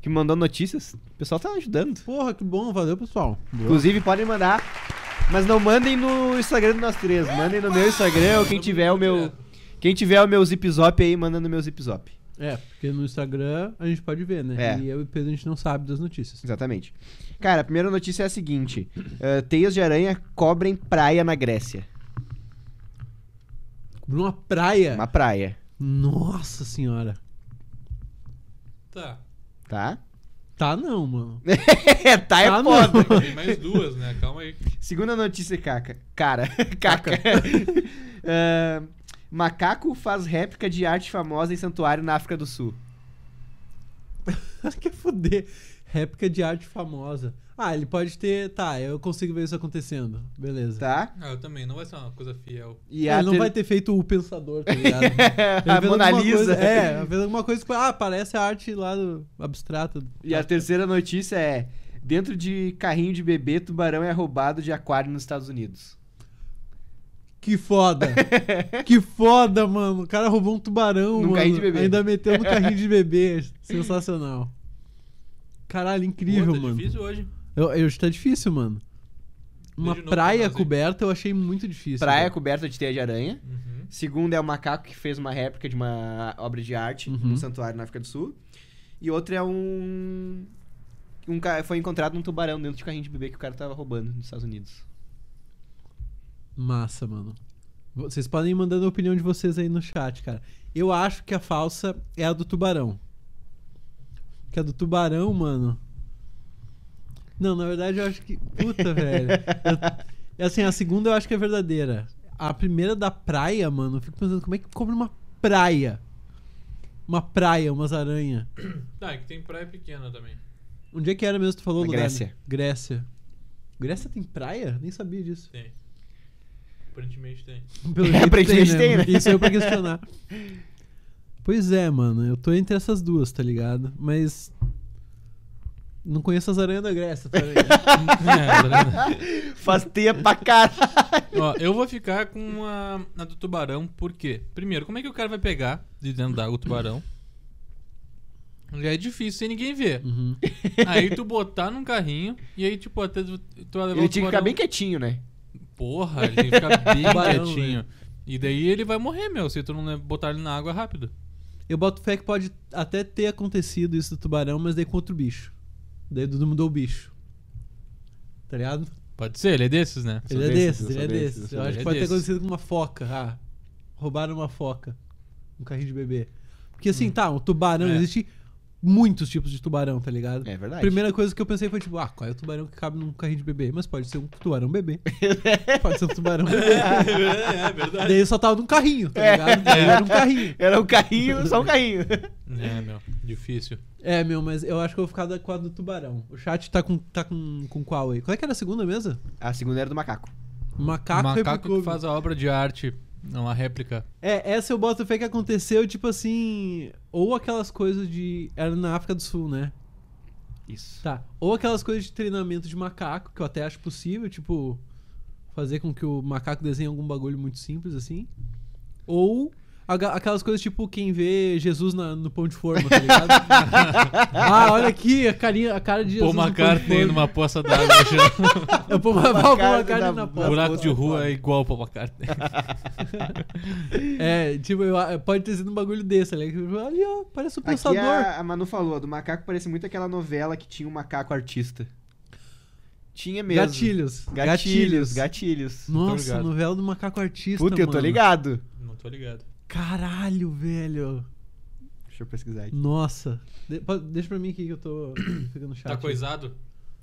que mandou notícias. O pessoal tá ajudando. Porra, que bom, valeu pessoal. Inclusive, podem mandar. Mas não mandem no Instagram do nós três. Mandem no meu Instagram ou quem tiver o meu. Quem tiver o meu zip zop aí, manda no meu zip zop. É, porque no Instagram a gente pode ver, né? É. E eu e o Pedro a gente não sabe das notícias. Exatamente. Cara, a primeira notícia é a seguinte: eh, teias de aranha cobrem praia na Grécia. Numa praia. Uma praia, Nossa senhora. Tá. tá? Tá não, mano. É, tá, é Ah, não. foda. Tem mais duas, né? Calma aí. Segunda notícia, caca. Cara, caca. Eh, macaco faz réplica de arte famosa em santuário na África do Sul. Acho que é foder. Réplica de arte famosa. Ah, ele pode ter. Tá, eu consigo ver isso acontecendo. Beleza. Tá? Ah, eu também. Não vai ser uma coisa fiel. E ele não ter- vai ter feito o pensador, tá ligado? Ele a fez Mona alguma Lisa. Coisa, é, fez alguma coisa que. Ah, parece a arte lá do abstrata. do- E a terceira notícia é: dentro de carrinho de bebê, tubarão é roubado de aquário nos Estados Unidos. Que foda! que foda, mano. O cara roubou um tubarão, Num mano. carrinho de bebê. Ainda meteu no carrinho de bebê. Sensacional. Caralho, incrível, Pô, tá mano. difícil hoje. Eu, eu, tá difícil, mano. Uma de novo, praia Ronaldo. coberta eu achei muito difícil. Praia cara. coberta de teia de aranha. Uhum. Segunda é o macaco que fez uma réplica de uma obra de arte Uhum. num santuário na África do Sul. E outra é um. um ca- foi encontrado um tubarão dentro de carrinho de bebê que o cara tava roubando nos Estados Unidos. Massa, mano. Vocês podem ir mandando a opinião de vocês aí no chat, cara. Eu acho que a falsa é a do tubarão. Que a do tubarão, mano. Não, na verdade eu acho que. Puta, velho. Eu- Assim, a segunda eu acho que é verdadeira. A primeira da praia, mano, eu fico pensando como é que compra uma praia? Uma praia, umas aranhas. Tá, é que tem praia pequena também. Onde é que era mesmo que tu falou o Na lugar? né? Grécia. Grécia. Grécia tem praia? Nem sabia disso. Tem. Aparentemente tem. Pelo É, jeito aparentemente tem, né? Isso eu pra questionar. Pois é, mano. Eu tô entre essas duas, tá ligado? Mas. Não conheço as aranhas da Grécia tá? também. é, tá ligado? Faz teia pra cara. Ó, eu vou ficar com a, a do tubarão, por quê? Primeiro, como é que o cara vai pegar de dentro da água o tubarão? Já é difícil sem ninguém ver. Uhum. Aí tu botar num carrinho e aí, tipo, até tu, tu vai levar Ele o tinha que tubarão. ficar bem quietinho, né? Porra, ele tem que ficar bem Tubarão, quietinho. E daí ele vai morrer, meu, se tu não botar ele na água rápido. Eu boto fé que pode até ter acontecido isso do tubarão, mas daí com outro bicho. Daí o Dudu mudou o bicho. Tá ligado? Pode ser, ele é desses, né? Ele é desses, desses, ele eu sou é desses, eu desses. sou Eu acho que desses. pode ter acontecido com uma foca. Ah, roubaram uma foca. Um carrinho de bebê. Porque assim, tá, um tubarão, É. existe muitos tipos de tubarão, tá ligado? É verdade. Primeira coisa que eu pensei foi tipo, ah, qual é o tubarão que cabe num carrinho de bebê? Mas pode ser um tubarão bebê. pode ser um tubarão bebê. é, verdade. Daí eu só tava num carrinho, tá ligado? Daí Era um carrinho. Era um carrinho, só um carrinho. É, meu, difícil. É, meu, mas eu acho que eu vou ficar da- com a do tubarão. O chat tá com, tá com, com qual aí? Qual é que era a segunda mesa? A segunda era do macaco. Macaco, Macaco, replicou. que faz a obra de arte, uma réplica. É, essa eu boto fé que aconteceu, tipo assim. Ou aquelas coisas de. Era na África do Sul, né? Isso. Tá. Ou aquelas coisas de treinamento de macaco, que eu até acho possível, tipo. Fazer com que o macaco desenhe algum bagulho muito simples, assim. Ou. aga- Aquelas coisas tipo quem vê Jesus na- no pão de forma, tá ligado? ah, olha aqui a, carinha, a cara de Jesus. Pô, no pão de forma. McCartney numa poça d'água. no chão. Eu pôr uma Uma válvula carne carne na na Nossa, boca. porta. Buraco de poça rua d'água. é igual pro McCartney. É, tipo, eu, eu- pode ter sido um bagulho desse, ali. Ali, ó, parece um Aqui é pensador. a, a Manu falou, a do macaco parece muito aquela novela que tinha um macaco artista. Tinha mesmo. Gatilhos. Gatilhos, gatilhos. Tô Nossa, ligado. novela do macaco artista. Puta, eu tô mano. ligado. Não tô ligado. Caralho, velho. Deixa eu pesquisar aqui. Nossa. De- pa- deixa pra mim aqui que eu tô ficando chato. Tá coisado?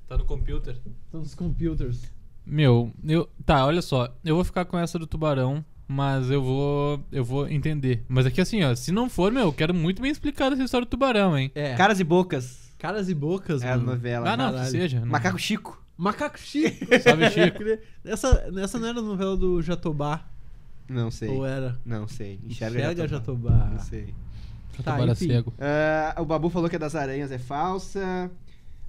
Tá no computer? Tô nos computers. Meu, eu. Tá, olha só. Eu vou ficar com essa do tubarão, mas eu vou. Eu vou entender. Mas aqui assim, ó, se não for, meu, eu quero muito bem explicada essa história do tubarão, hein? É. Hum. Caras e bocas. Caras e bocas, É a mano. novela. ah, não, que caralho. seja. não- Macaco Chico. Macaco Chico. Salve, Chico. Essa, essa não era a novela do Jatobá? Não sei. Ou é? era? Não sei. Enxerga, Enxerga Jatobá. Jatobá. Não sei. Tá, Tubarão enfim. cego. Ah, o Babu falou que a das aranhas é falsa.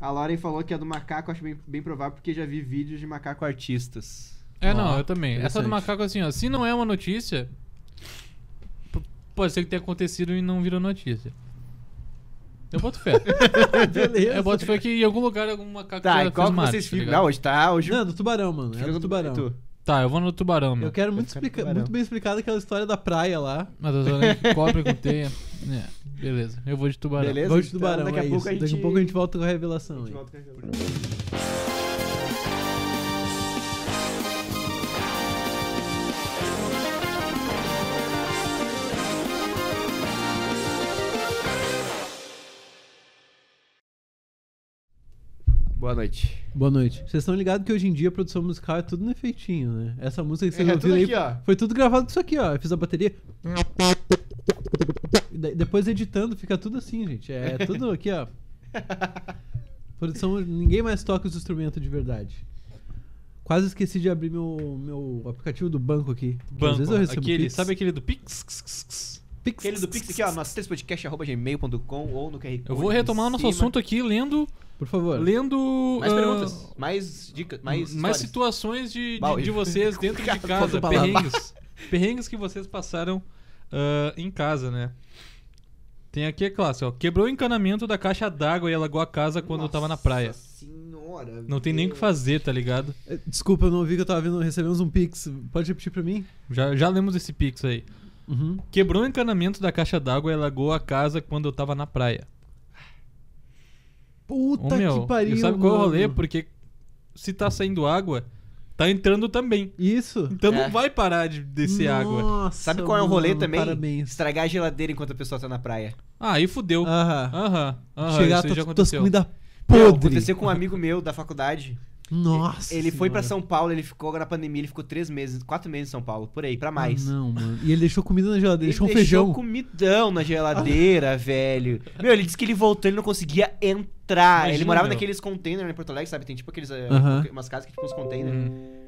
A Lauren falou que a do macaco eu acho bem, bem provável porque já vi vídeos de macaco artistas. É, Ó, não, eu também. Essa do interessante. macaco, assim, ó, se não é uma notícia, p- pode ser que tenha acontecido e não virou notícia. Eu boto fé. Beleza. eu boto fé que em algum lugar algum macaco Tá, já e qual fez que Marte, vocês tá ficam? ligado? Não, hoje tá. Hoje Não, do tubarão, mano. fica Era do no- tubarão. tu. Tá, eu vou no tubarão, meu. Eu quero muito, ficar no explica- tubarão. muito bem explicada aquela história da praia lá. Mas eu só que cobra com teia. É, beleza. Eu vou de tubarão. Beleza? Vou de Então, tubarão, daqui é a pouco isso. a gente- Daqui a pouco a gente volta com a revelação. A gente aí. volta com a- Boa noite. Boa noite. Vocês estão ligados que hoje em dia a produção musical é tudo no efeitinho, né? Essa música que vocês É, tudo ouviram aí aqui, ó. foi tudo gravado com isso aqui, ó. Eu fiz a bateria. E daí- Depois editando, fica tudo assim, gente. É tudo aqui, ó. Produção, ninguém mais toca os instrumentos de verdade. Quase esqueci de abrir meu, meu aplicativo do banco aqui. Porque Às vezes eu recebo aquele, pix. sabe aquele do Pix? Pix. Aquele do Pix aqui, ó, nosso gmail.com ou no QR Code. Eu vou retomar em o nosso cima. assunto aqui lendo. Por favor. Lendo. Mais ah, perguntas, mais dicas, mais. mais histórias. situações de, de- Bah, de eu- vocês dentro de Cara, falta casa, palavra. perrengues. perrengues que vocês passaram ah, em casa, né? Tem aqui a classe, ó. Quebrou o encanamento da caixa d'água e alagou a casa quando eu tava na Nossa praia. Senhora, Não tem nem o que meu. fazer, tá ligado? Eh, Desculpa, eu não ouvi que eu tava vendo. Recebemos um Pix. Pode repetir pra mim? Já, já lemos esse pix aí. Uhum. Quebrou o encanamento da caixa d'água e alagou a casa quando eu tava na praia. Ô, Puta meu, que pariu. e sabe qual é o mano. rolê? Porque se tá saindo água, tá entrando também. Isso. Então É. não vai parar de descer água. Nossa, Sabe qual é o rolê mano, também? Parabéns. Estragar a geladeira enquanto a pessoa tá na praia. Ah, aí fudeu. Aham. Aham, aham, Chegar, isso aí já tu- tuas aconteceu. comidas Meu, podre. aconteceu com um amigo meu da faculdade. Nossa. ele foi pra senhora. São Paulo, ele ficou agora na pandemia, ele ficou três meses, quatro meses em São Paulo, por aí, pra Ah, mais. Não, mano. E ele deixou comida na geladeira, Ele deixou um deixou feijão. comidão na geladeira, velho. Meu, ele disse que ele voltou, ele não conseguia entrar. Imagina, ele morava meu. naqueles containers em Porto Alegre, sabe? Tem tipo aqueles. eh, Aham. Hum. Umas casas que tipo uns containers. Hum,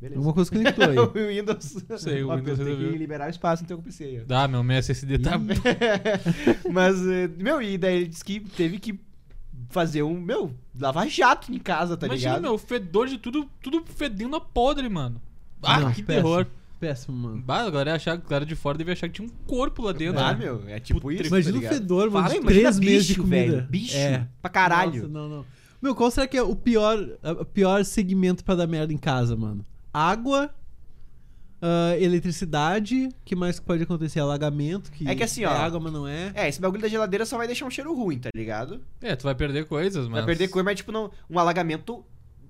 Beleza. Alguma coisa conectou aí. o Windows. sei, o Ó, Windows tem resolveu. que liberar o espaço no teu PC aí, ó. Dá, meu, meu SSD tá. Mas, eh, meu, e daí ele disse que teve que fazer um, meu, lavar jato em casa, tá Imagina, ligado? meu, fedor de tudo, tudo fedendo a podre, mano. Ah, Não, é que péssimo. terror. Péssimo, mano. Bah, agora ia achar, o cara de fora devia achar que tinha um corpo lá dentro. Ah, né? meu, é tipo Puta, isso, Imagina tá o ligado? fedor, mano. Fala, de imagina três meses de bicho, comida. velho, bicho, É. pra caralho. Nossa, não, não. Meu, qual será que é o pior, a- o pior segmento pra dar merda em casa, mano? Água, ah, eletricidade, que mais que pode acontecer? Alagamento, que É que assim, é ó. água, mas não é. É, esse bagulho da geladeira só vai deixar um cheiro ruim, tá ligado? É, tu vai perder coisas, mano. Vai perder coisa, mas tipo, não, um alagamento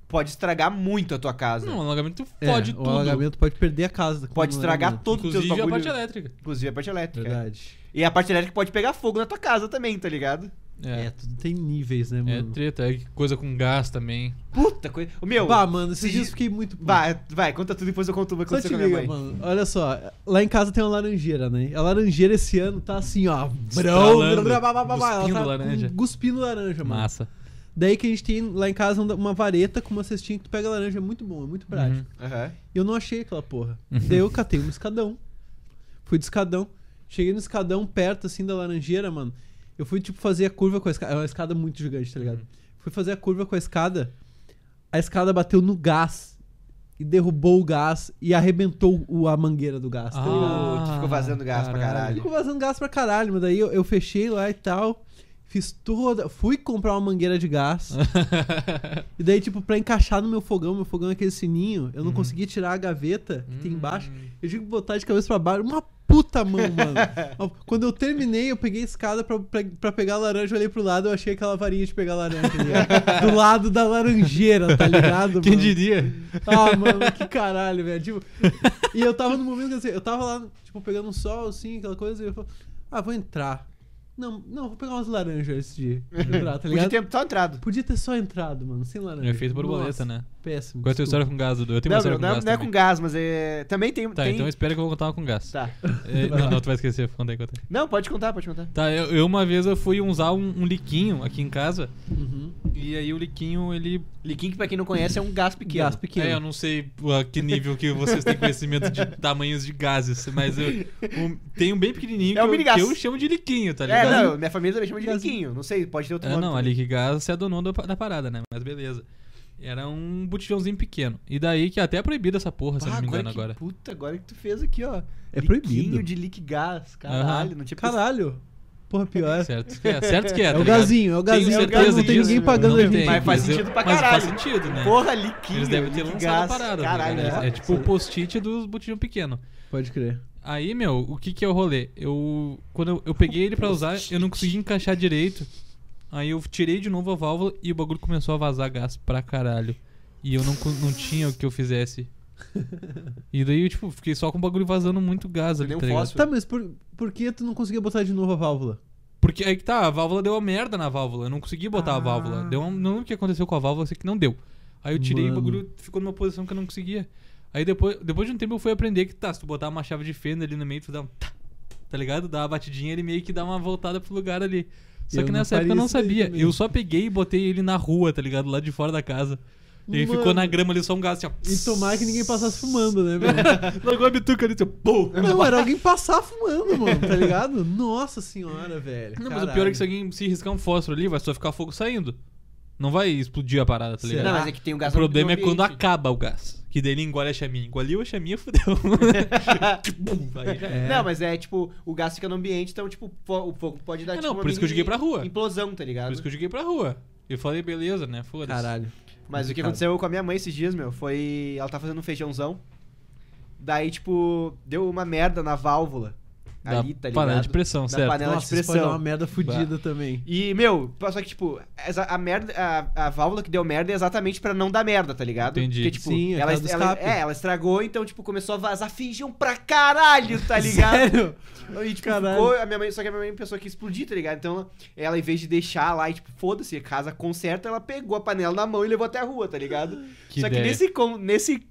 pode estragar muito a tua casa. Não, o alagamento É, fode O tudo. alagamento pode perder a casa. é, com Pode o estragar alagamento. todo o teu Inclusive a bagulho. parte elétrica. Inclusive a parte elétrica. é. Verdade. E a parte elétrica pode pegar fogo na tua casa também, tá ligado? É. É. tudo tem níveis, né, É, mano? treta, é coisa com gás também. Puta coisa. Ô, Meu, Bah, mano, esses se- dias eu fiquei muito... puto. vai, vai, conta tudo depois eu conto o que Só aconteceu te com a minha liga, mãe. mano. Olha só, lá em casa tem uma laranjeira, né? A laranjeira esse ano tá assim, ó. Estralando, brão, blá, blá, blá, blá, blá. Ela cuspindo tá laranja. com- Cuspindo laranja, mano. Massa. Daí que a gente tem lá em casa um- uma vareta com uma cestinha que tu pega laranja, é muito bom, é muito Uhum. prático. Aham. E eu não achei aquela porra. Daí eu catei um escadão. Fui de escadão. Cheguei no escadão perto assim da laranjeira, mano. Eu fui tipo fazer a curva com a escada. É uma escada muito gigante, tá ligado? Fui fazer a curva com a escada. A escada bateu no gás. E derrubou o gás e arrebentou o- a mangueira do gás, tá ligado? Ah, tu ficou vazando gás pra caralho. Ficou vazando gás pra caralho, mas daí eu, eu fechei lá e tal. Fiz toda. Fui comprar uma mangueira de gás. e daí, tipo, pra encaixar no meu fogão, meu fogão é aquele sininho, eu não consegui tirar a gaveta que tem embaixo. Eu tive que botar de cabeça pra baixo. Uma puta mão, mano. Ó, Quando eu terminei, eu peguei a escada pra, pra, pra pegar a laranja, olhei pro lado, eu achei aquela varinha de pegar a laranja. ali, ó. Do lado da laranjeira, tá ligado? Quem mano? diria? Ah, mano, que caralho, velho. Tipo, e eu tava no momento que assim, eu tava lá, tipo, pegando um sol, assim, aquela coisa, e eu falei, ah, vou entrar. Não, não, vou pegar umas laranjas esse dia. pra Entrar, tá Podia ligado? ter só entrado. Podia ter só entrado, mano, sem laranja. É feito borboleta, Nossa, né? Péssimo. Qual é a desculpa. tua história com gás, Dudu? Eu tenho uma não, história meu, com não, gás não é também. com gás, mas é... também tem... Tá, tem... então espera que eu vou contar uma com gás. Tá. É, não, não, tu vai esquecer. Conta aí, conta aí. Não, pode contar, pode contar. Tá, eu, eu uma vez eu fui usar um, um liquinho aqui em casa. Uhum. E aí o liquinho, ele... Liquink, pra quem não conhece, é um gás pequeno. Gás pequeno. É, eu não sei a que nível que vocês têm conhecimento de tamanhos de gases, mas eu um- tem um bem pequenininho É um que, eu, minigás. que eu chamo de liquinho, tá É, ligado? não, minha família também chama de Gazinho. Liquinho. Não sei, pode ter outro É, nome. não, a também. Liquigás se adonou da, da parada, né? Mas beleza. Era um botijãozinho pequeno. E daí que até é proibido essa porra, se eu Ah, não me engano, que agora. Puta, agora que tu fez aqui, ó. É Liquinho proibido. de liquigás. Caralho, Aham. não tinha pensado. Caralho. Porra, pior. Certo que é, certo que é. É tá o ligado? gazinho, é o gazinho. Tenho tá ligado? certeza não tem disso, ninguém meu. pagando Não a gente. tem, Mas faz eu- sentido pra mas caralho. faz sentido, né? Porra, Liquinho. Eles devem ter lançado a liquigás, parada. tá Caralho, ligado? né? é, é. tipo o post-it dos botijão pequeno. Pode crer. Aí, meu, o que que é o rolê? Eu. Quando eu, eu peguei ele pra usar, eu não consegui encaixar direito. Aí eu tirei de novo a válvula e o bagulho começou a vazar gás pra caralho. E eu não, co- não tinha o que eu fizesse. E daí eu, tipo, fiquei só com o bagulho vazando muito gás ali, Perdeu tá um ligado? fósforo. Tá, mas por, por que tu não conseguia botar de novo a válvula? Porque aí que tá, a válvula deu uma merda na válvula. Eu não consegui botar a válvula. Deu um, não lembro o que aconteceu com a válvula, eu sei que não deu. Aí eu tirei e o Ah. Mano. bagulho ficou numa posição que eu não conseguia. Aí depois, depois de um tempo eu fui aprender que tá, se tu botar uma chave de fenda ali no meio, tu dá um tá, tá ligado? Dá uma batidinha, ele meio que dá uma voltada pro lugar ali. Só Eu que não nessa época eu faria não isso aí sabia. também. Eu só peguei e botei ele na rua, tá ligado? Lá de fora da casa. E ele ficou Mano. Então, na grama ali só um gás assim, ó. E tomar que ninguém passasse fumando, né, velho? Largou a bituca ali, assim, ó, pum. Não, era alguém passar fumando, mano, tá ligado? Nossa senhora, velho. Não, mas o caralho. pior é que se alguém se riscar um fósforo ali, vai só ficar fogo saindo. Não vai explodir a parada, tá ligado? Não, mas é que tem o O gás problema é ambiente. quando acaba o gás. Que daí ele engole a chaminha. Engoliu a chaminha, fudeu. Bum, aí já era. Não, mas é tipo, o gás fica no ambiente, então, tipo, fo- o fogo pode dar É, tipo, não, uma por isso que eu mini joguei pra rua. Implosão, tá ligado? Por isso que eu joguei pra rua. Eu falei, beleza, né? Foda-se. Caralho. Mas o que Complicado. aconteceu com a minha mãe esses dias, meu, foi. Ela tá fazendo um feijãozão. Daí, tipo, deu uma merda na válvula. ali, tá ligado? panela de pressão, Na certo. panela Nossa, de isso pode dar uma pressão. merda fodida também. E, meu, só que, tipo, essa- a, merda, a, a válvula que deu merda é exatamente pra não dar merda, tá ligado? Entendi. Porque, tipo, Sim, ela, aquela do ela- escape. é, ela estragou, então, tipo, começou a vazar feijão pra caralho, tá ligado? Sério? E, tipo, Caralho. ficou, a minha mãe, só que a minha mãe pensou que ia explodir, tá ligado? Então, ela, em vez de deixar lá e, tipo, foda-se, a casa conserta, ela pegou a panela na mão e levou até a rua, tá ligado? Que só ideia. que nesse, con- nesse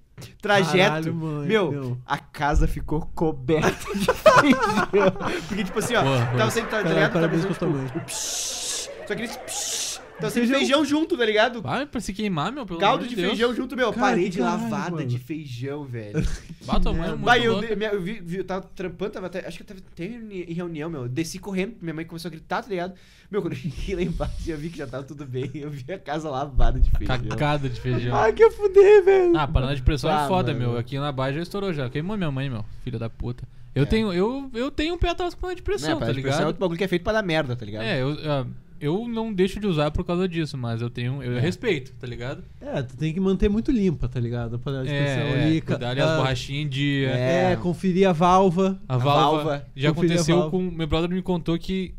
trajeto, Caralho, mãe, meu, tá não. a casa ficou coberta de feijão. Porque, tipo assim, ó, Boa, boa. tava sendo, tá, tá Caralho, ligado? Tava parabéns sendo, pra tua tipo, mãe. o psh, Só que nesse psh, tava sendo feijão junto, tá ligado? Vai pra se queimar, meu, pelo Caldo amor de de Deus. feijão junto, meu. Cara, parede que caralho, lavada mano. de feijão, velho. Bah, tua mãe é muito Bah, eu, louca. de- minha- eu vi, vi- eu tava trampando, tava até, acho que eu tava até em em reunião, meu. Eu Desci correndo, minha mãe começou a gritar, tá ligado? Meu, quando eu cheguei lá embaixo, eu vi que já tava tudo bem. Eu vi a casa lavada de feijão. Cacada de feijão. Ah, que eu fuder, velho. Ah, panela de pressão é Ah, foda, mano. meu. Aqui na Baixa já estourou já. Queimou minha mãe, meu. Filha da puta. Eu É. tenho eu, eu tenho um pé atrás com panela de pressão, Não, tá É ligado? outro bagulho que é feito pra dar merda, tá ligado? É, eu, ah, eu não deixo de usar por causa disso, mas eu tenho. É. Eu respeito, tá ligado? É, tu tem que manter muito limpa, tá ligado? A panela de pressão É, ali. é, cuidar ali ah, as borrachinhas em dia. É, conferir a valva. A válvula. válvula. Já Conferir a aconteceu válvula. com. Meu brother me contou que.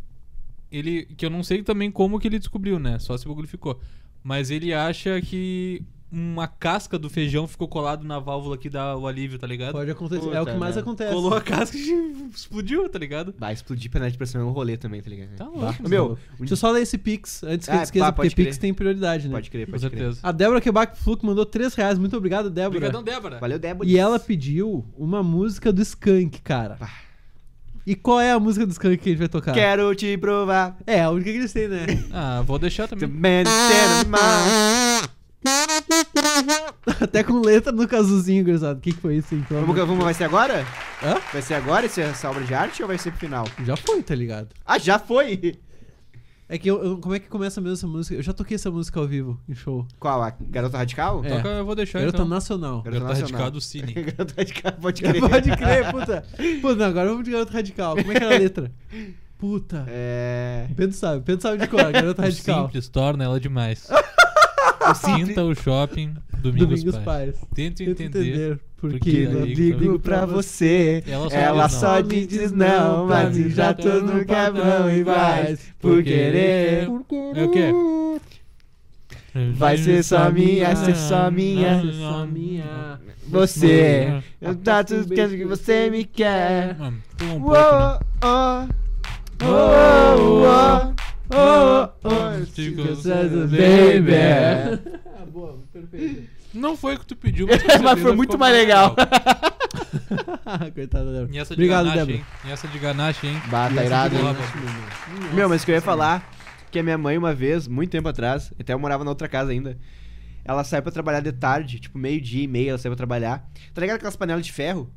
Ele. Que eu não sei também como que ele descobriu, né? Só se o bagulho ficou. Mas ele acha que uma casca do feijão ficou colado na válvula que dá o alívio, tá ligado? Pode acontecer. é o que Puta né? mais merda. acontece. Colou a casca e explodiu, tá ligado? Bah, explodir panela de pressão é um rolê também, tá ligado? Tá Bah. louco, Meu, Deixa eu só ler esse Pix antes que Ah, eu esqueça, pá, porque pode crer. Pix tem prioridade, né? pode crer, Com pode crer. certeza. A Débora Quebec Fluke mandou 3 reais. Muito obrigado, Débora. Obrigadão, Débora. Valeu, Débora. E ela pediu uma música do Skank, cara. Pá. E qual é a música do Skank que a gente vai tocar? Ah. Quero te provar. É, a única que eles têm, né? Ah, vou deixar The também. man is animal. Até com letra no casuzinho, gurizada. O que, que foi isso, então? Vamos, vamos, vai ser agora? Hã? Vai ser agora esse- essa obra de arte ou vai ser pro final? Já foi, tá ligado? Ah, já foi! É que eu, eu- como é que começa mesmo essa música? Eu já toquei essa música ao vivo, em show. Qual? A garota radical? É. Toca, eu vou deixar Garota então. Nacional. Garota Garota Nacional. Radical do Cine. garota radical, pode crer. Pode crer, puta. Pô, não, agora vamos de Garota Radical. Como é que era a letra? Puta. É. O Pedro sabe, o Pedro sabe de cor, Garota O Radical. simples torna ela demais. Sinta o shopping, Domingos, Domingos Pais. Pais. Tento Tento entender. entender por por que que não ligo ligo pra você. você. Ela só diz não. Ela só me diz não, mas eu já tô no cabrão e vai. Por querer. É o quê? Vai ser só minha, ser só minha. Só minha. é. Você. Eu tá tudo que você me quer. Mano, pula um Uou, pouco, né? ó. Uou, ó. Oh, baby. Ah, boa, perfeito. Não foi o que tu pediu, mas, com certeza foi muito ficou mais legal. Coitada Débora. E essa de Obrigado, ganache, Débora. hein? E essa de ganache, hein? Bah, tá irado, boa, hein? Meu, mas o que eu ia falar que a minha mãe, uma vez, muito tempo atrás, até eu morava na outra casa ainda, ela saiu pra trabalhar de tarde, tipo meio-dia e meia, ela saiu pra trabalhar. Tá ligado aquelas panelas de ferro?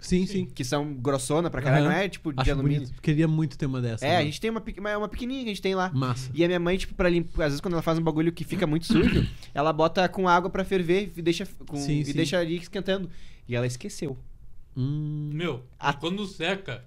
Sim, sim. Que são grossona pra caralho, Aham. não é tipo de Acho alumínio. bonito. Queria muito ter uma dessa. É, a né? gente tem uma, pequ- uma, uma pequenininha que a gente tem lá. Massa. E a minha mãe, tipo, pra limpar, às vezes quando ela faz um bagulho que fica muito sujo, ela bota com água pra ferver e deixa, com- Sim, e sim. deixa ali esquentando. E ela esqueceu. Hum. Meu, Ah. quando seca.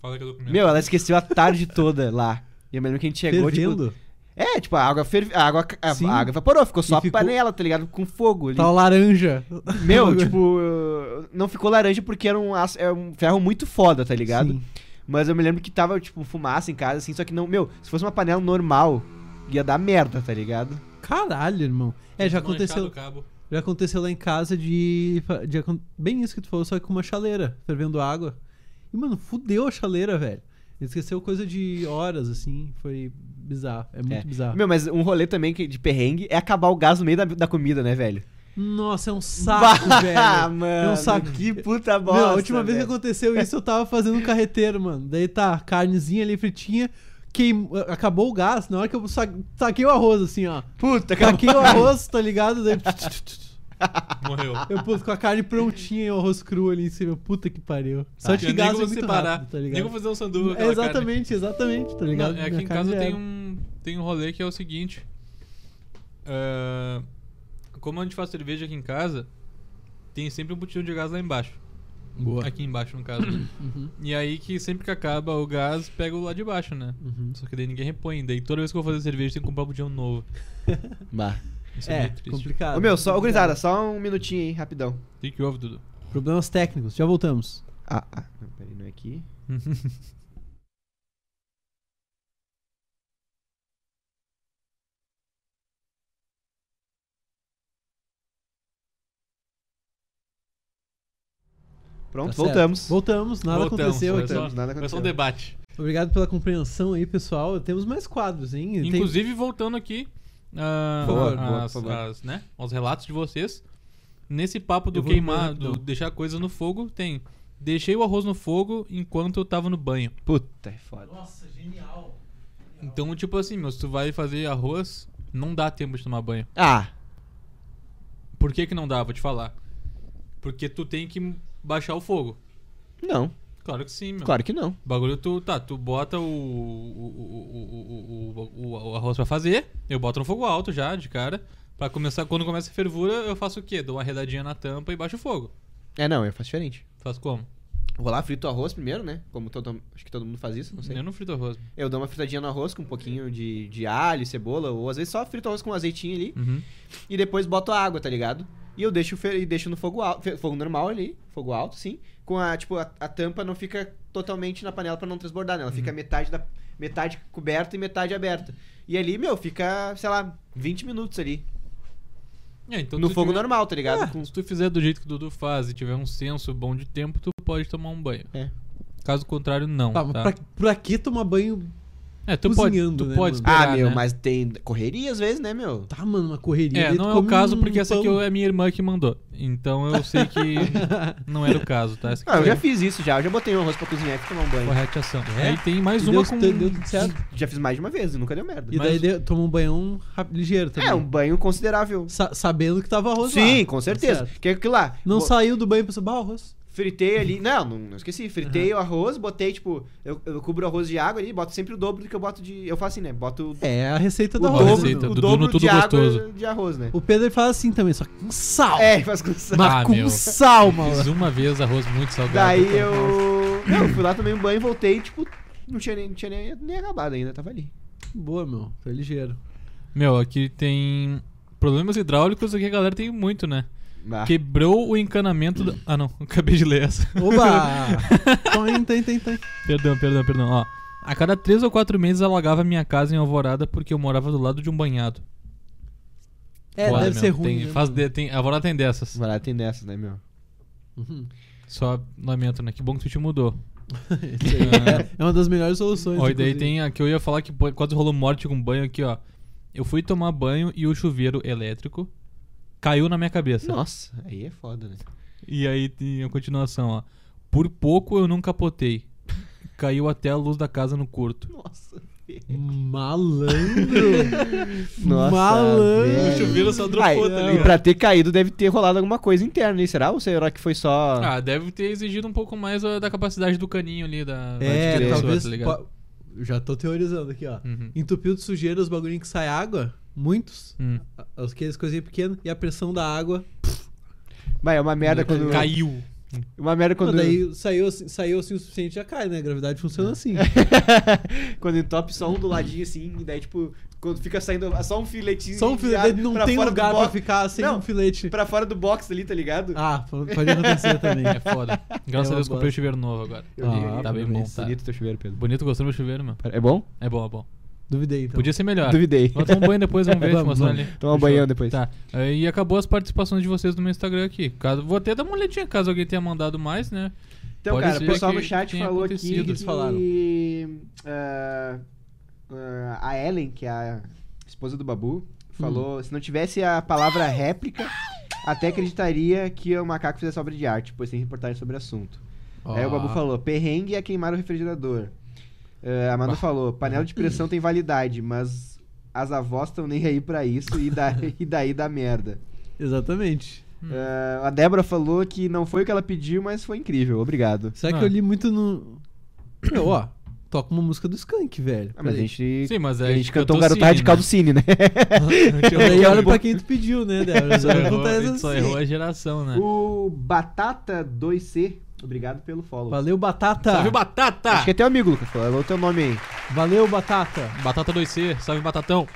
Fala que eu tô comendo. Meu, é, ela esqueceu a tarde toda lá. E eu me lembro que a gente chegou, tipo, Fervendo? É, tipo, a água ferve, a água, ca- a, Sim. a água evaporou, ficou só E a ficou- panela, tá ligado? Com fogo ali. Tá laranja. Meu, tipo, eh, não ficou laranja porque era um, aço- é um ferro muito foda, tá ligado? Sim. Mas eu me lembro que tava, tipo, fumaça em casa, assim, só que não, meu, se fosse uma panela normal, ia dar merda, tá ligado? Caralho, irmão. É, já Manchado aconteceu, o cabo. já aconteceu lá em casa de, de acon- Bem isso que tu falou, só que com uma chaleira, fervendo água. E, mano, fudeu a chaleira, velho. Ele Esqueceu coisa de horas, assim. Foi bizarro. É muito É. bizarro. Meu, mas um rolê também que- de perrengue é acabar o gás no meio da, da comida, né, velho? Ah, Nossa, é um saco, velho. mano. É um saco. Que puta Meu, bosta. a última vez que velho. aconteceu isso, eu tava fazendo um carreteiro, mano. Daí tá, carnezinha ali fritinha. Queim... Acabou o gás, na hora que eu sa... saquei o arroz, assim, ó. Puta, Saquei acabou. o arroz, tá ligado? Daí Morreu. eu pus com a carne prontinha e o arroz cru ali em cima. Puta que pariu. Só Ah, Eu de nem gás é vou muito separar. rápido, tá Nem vou ligado? fazer um sanduba com É aquela carne. exatamente, exatamente, tá ligado? Não, é Minha aqui em carne casa já tem era. um, tem um rolê que é o seguinte. Ah, como a gente faz cerveja aqui em casa, tem sempre um botijão de gás lá embaixo. Boa. Aqui embaixo, no caso. né? Uhum, e aí que sempre que acaba o gás, pega o lá de baixo, né? uhum. Só que daí ninguém repõe. Daí toda vez que eu vou fazer cerveja, tem que comprar um botijão novo. Bah. Isso é, É, muito triste. complicado. Ô, meu, só, ô, gurizada, só um minutinho aí, rapidão. O que que houve, Dudu? Problemas técnicos, já voltamos. Ah, ah. Não, peraí, não é aqui. Pronto, Tá certo. voltamos. Voltamos, nada Voltamos, aconteceu. foi então. só- Voltamos, nada Foi só aconteceu. um debate. Obrigado pela compreensão aí, pessoal. Temos mais quadros, hein? Tem- Inclusive, voltando aqui ah, Por favor, a- boa, as- por favor. as, né, aos relatos de vocês, nesse papo do Eu vou embora queimar, rapidão. do então. deixar coisa no fogo, tem. Deixei o arroz no fogo enquanto eu tava no banho. Puta, é foda. Nossa, genial. Então, tipo assim, meu, se tu vai fazer arroz, não dá tempo de tomar banho. Ah, Por que, que não dá? Vou te falar. Porque tu tem que baixar o fogo. não. Claro que sim, meu. Claro que não. O bagulho tu, tá, tu bota o, o, o, o, o, o- o arroz pra fazer, eu boto no fogo alto já, de cara. Pra começar, quando começa a fervura, eu faço o quê? Dou uma redadinha na tampa e baixo o fogo. É, não, eu faço diferente. Faço como? Vou lá, frito o arroz primeiro, né? Como todo, acho que todo mundo faz isso, não sei. Eu não frito arroz. Eu dou uma fritadinha no arroz com um pouquinho de, de alho, cebola, ou às vezes só frito o arroz com um azeitinho ali. Uhum. E depois boto a água, tá ligado? E eu deixo, fe- e deixo no fogo alto, fe- fogo normal ali, fogo alto, sim. Com a, tipo, a, a tampa não fica totalmente na panela pra não transbordar, né? Ela fica metade da metade coberta e metade aberta. E ali, meu, fica, sei lá, 20 minutos ali. É, então no tu fogo tiver- normal, tá ligado? Ah, Com- Se tu fizer do jeito que o Dudu faz e tiver um senso bom de tempo, tu pode tomar um banho. É. Caso contrário, não. Tá, mas tá? pra, pra que tomar banho? É, tu pode, cozinhando, tu né, pode mano? esperar, ah, meu, né? mas tem correria às vezes, né, meu? Tá, mano, uma correria. É, daí tu não é o come caso, um porque essa aqui pão. é minha irmã que mandou. Então eu sei que não era o caso, tá? Essa aqui Ah, eu foi já fiz isso já. Eu já botei um arroz pra cozinhar e fui tomar um banho. Correta ação. É? Aí tem mais E uma deu, com. deu tudo certo. Já fiz mais de uma vez e nunca deu merda. E daí deu- tomou um banhão rap- ligeiro também. É, um banho considerável. Sa- sabendo que tava arroz lá. Sim, com certeza. Certo. Que é aquilo lá. Não Bo- saiu do banho e pensou, bah, arroz. Fritei ali. Não, não, não esqueci. Fritei o arroz, botei, tipo, eu, eu cubro o arroz de água ali, boto sempre o dobro do que eu boto de. Eu faço assim, né? Boto É, a receita o do dobro. arroz. né, Receita. mano? o Dudu no dobro Tudo de água Gostoso. de arroz, né? O Pedro ele fala assim também, só que com sal. É, faz com sal. Mas Ah, com meu. sal, mano. Fiz uma vez arroz muito salgado. Daí tá? eu. Não, fui lá, tomei um banho, voltei, tipo, não tinha nem, não tinha nem, nem acabado ainda, tava ali. Boa, meu. Foi ligeiro. Meu, aqui tem. Problemas hidráulicos aqui a galera tem muito, né? Ah, Quebrou o encanamento do. Ah, não. Acabei de ler essa. Oba! tem, Então, tem, tem, tem. perdão, perdão, perdão. Ó. A cada três ou quatro meses alagava minha casa em Alvorada porque eu morava do lado de um banhado. É, Foda, deve meu. ser ruim. Tem, né, faz mano? de- tem, Alvorada tem dessas. Vai lá, tem dessas, né, meu? Uhum. Só lamento, né? Que bom que tu te mudou. Isso aí é, é uma das melhores soluções. Ah. Ó, e daí inclusive. tem a que eu ia falar que pô- quase rolou morte com banho aqui, ó. Eu fui tomar banho e o chuveiro elétrico caiu na minha cabeça. Nossa, aí é foda, né? E aí tem a continuação, ó. Por pouco eu não capotei. Caiu até a luz da casa no curto. Nossa. Malandro! Nossa, Malandro. velho. O chuveiro só dropou, tá E ligado? pra ter caído, deve ter rolado alguma coisa interna, hein? Será? Ou será que foi só. Ah, deve ter exigido um pouco mais ó, da capacidade do caninho ali, da, da é, pessoa, talvez. tá ligado? po- Já tô teorizando aqui, ó. Uhum. Entupiu de sujeira os bagulhinhos que sai água, muitos. Hum. Aqueles coisinhas pequenas, e a pressão da água. Vai, é uma merda quando. Caiu. Uma merda quando. É. Quando daí saiu, assim- saiu assim o suficiente, já cai, né? A gravidade funciona assim. Quando entope só um do ladinho assim, e daí tipo, quando fica saindo só um filetinho. Só um enfiado filete, não pra tem fora do lugar pra box- ficar sem Não. um filete. Pra fora do box ali, tá ligado? Ah, pode acontecer também. É foda. Graças É uma a Deus boa. comprei o chuveiro novo agora. Eu li, eu li. tá bem bom, tá. Bonito teu chuveiro, Pedro. Bonito, gostou do meu chuveiro, meu? É bom? É bom, é bom. Duvidei, então. Podia ser melhor. Duvidei. Vamos tomar um banho depois, vamos ver, te Vamos, mostrar vamos. ali. Toma um Fechou. banhão depois. Tá. Eh, E acabou as participações de vocês no meu Instagram aqui. Caso, vou até dar uma olhadinha caso alguém tenha mandado mais, né? Então, Pode cara, o ser pessoal que no chat tenha falou acontecido. aqui O que eles que falaram? ah, ah, a Ellen, que é a esposa do Babu, falou: Hum. se não tivesse a palavra réplica, até acreditaria que o macaco fizesse obra de arte, pois tem reportagem sobre o assunto. Aí É, o Babu falou: perrengue é queimar o refrigerador. Ah, a Amanda falou: panela de pressão tem validade, mas as avós estão nem aí pra isso e, da, e daí dá merda. Exatamente. Ah, a Débora falou que não foi o que ela pediu, mas foi incrível, obrigado. Será Ah. que eu li muito no. Meu, ó, toca uma música do Skank, velho. Ah, mas a gente Sim, mas é a gente cantou um garoto radical do cine, né? Daí olha pra quem tu pediu, né, Débora? Só Só errou, a acontece gente só assim. errou a geração, né? o Batata 2C, obrigado pelo follow. Valeu, Batata! Salve Batata! é Acho que é teu amigo, Lucas. Falou teu nome aí. Valeu, Batata! Batata 2C, salve Batatão.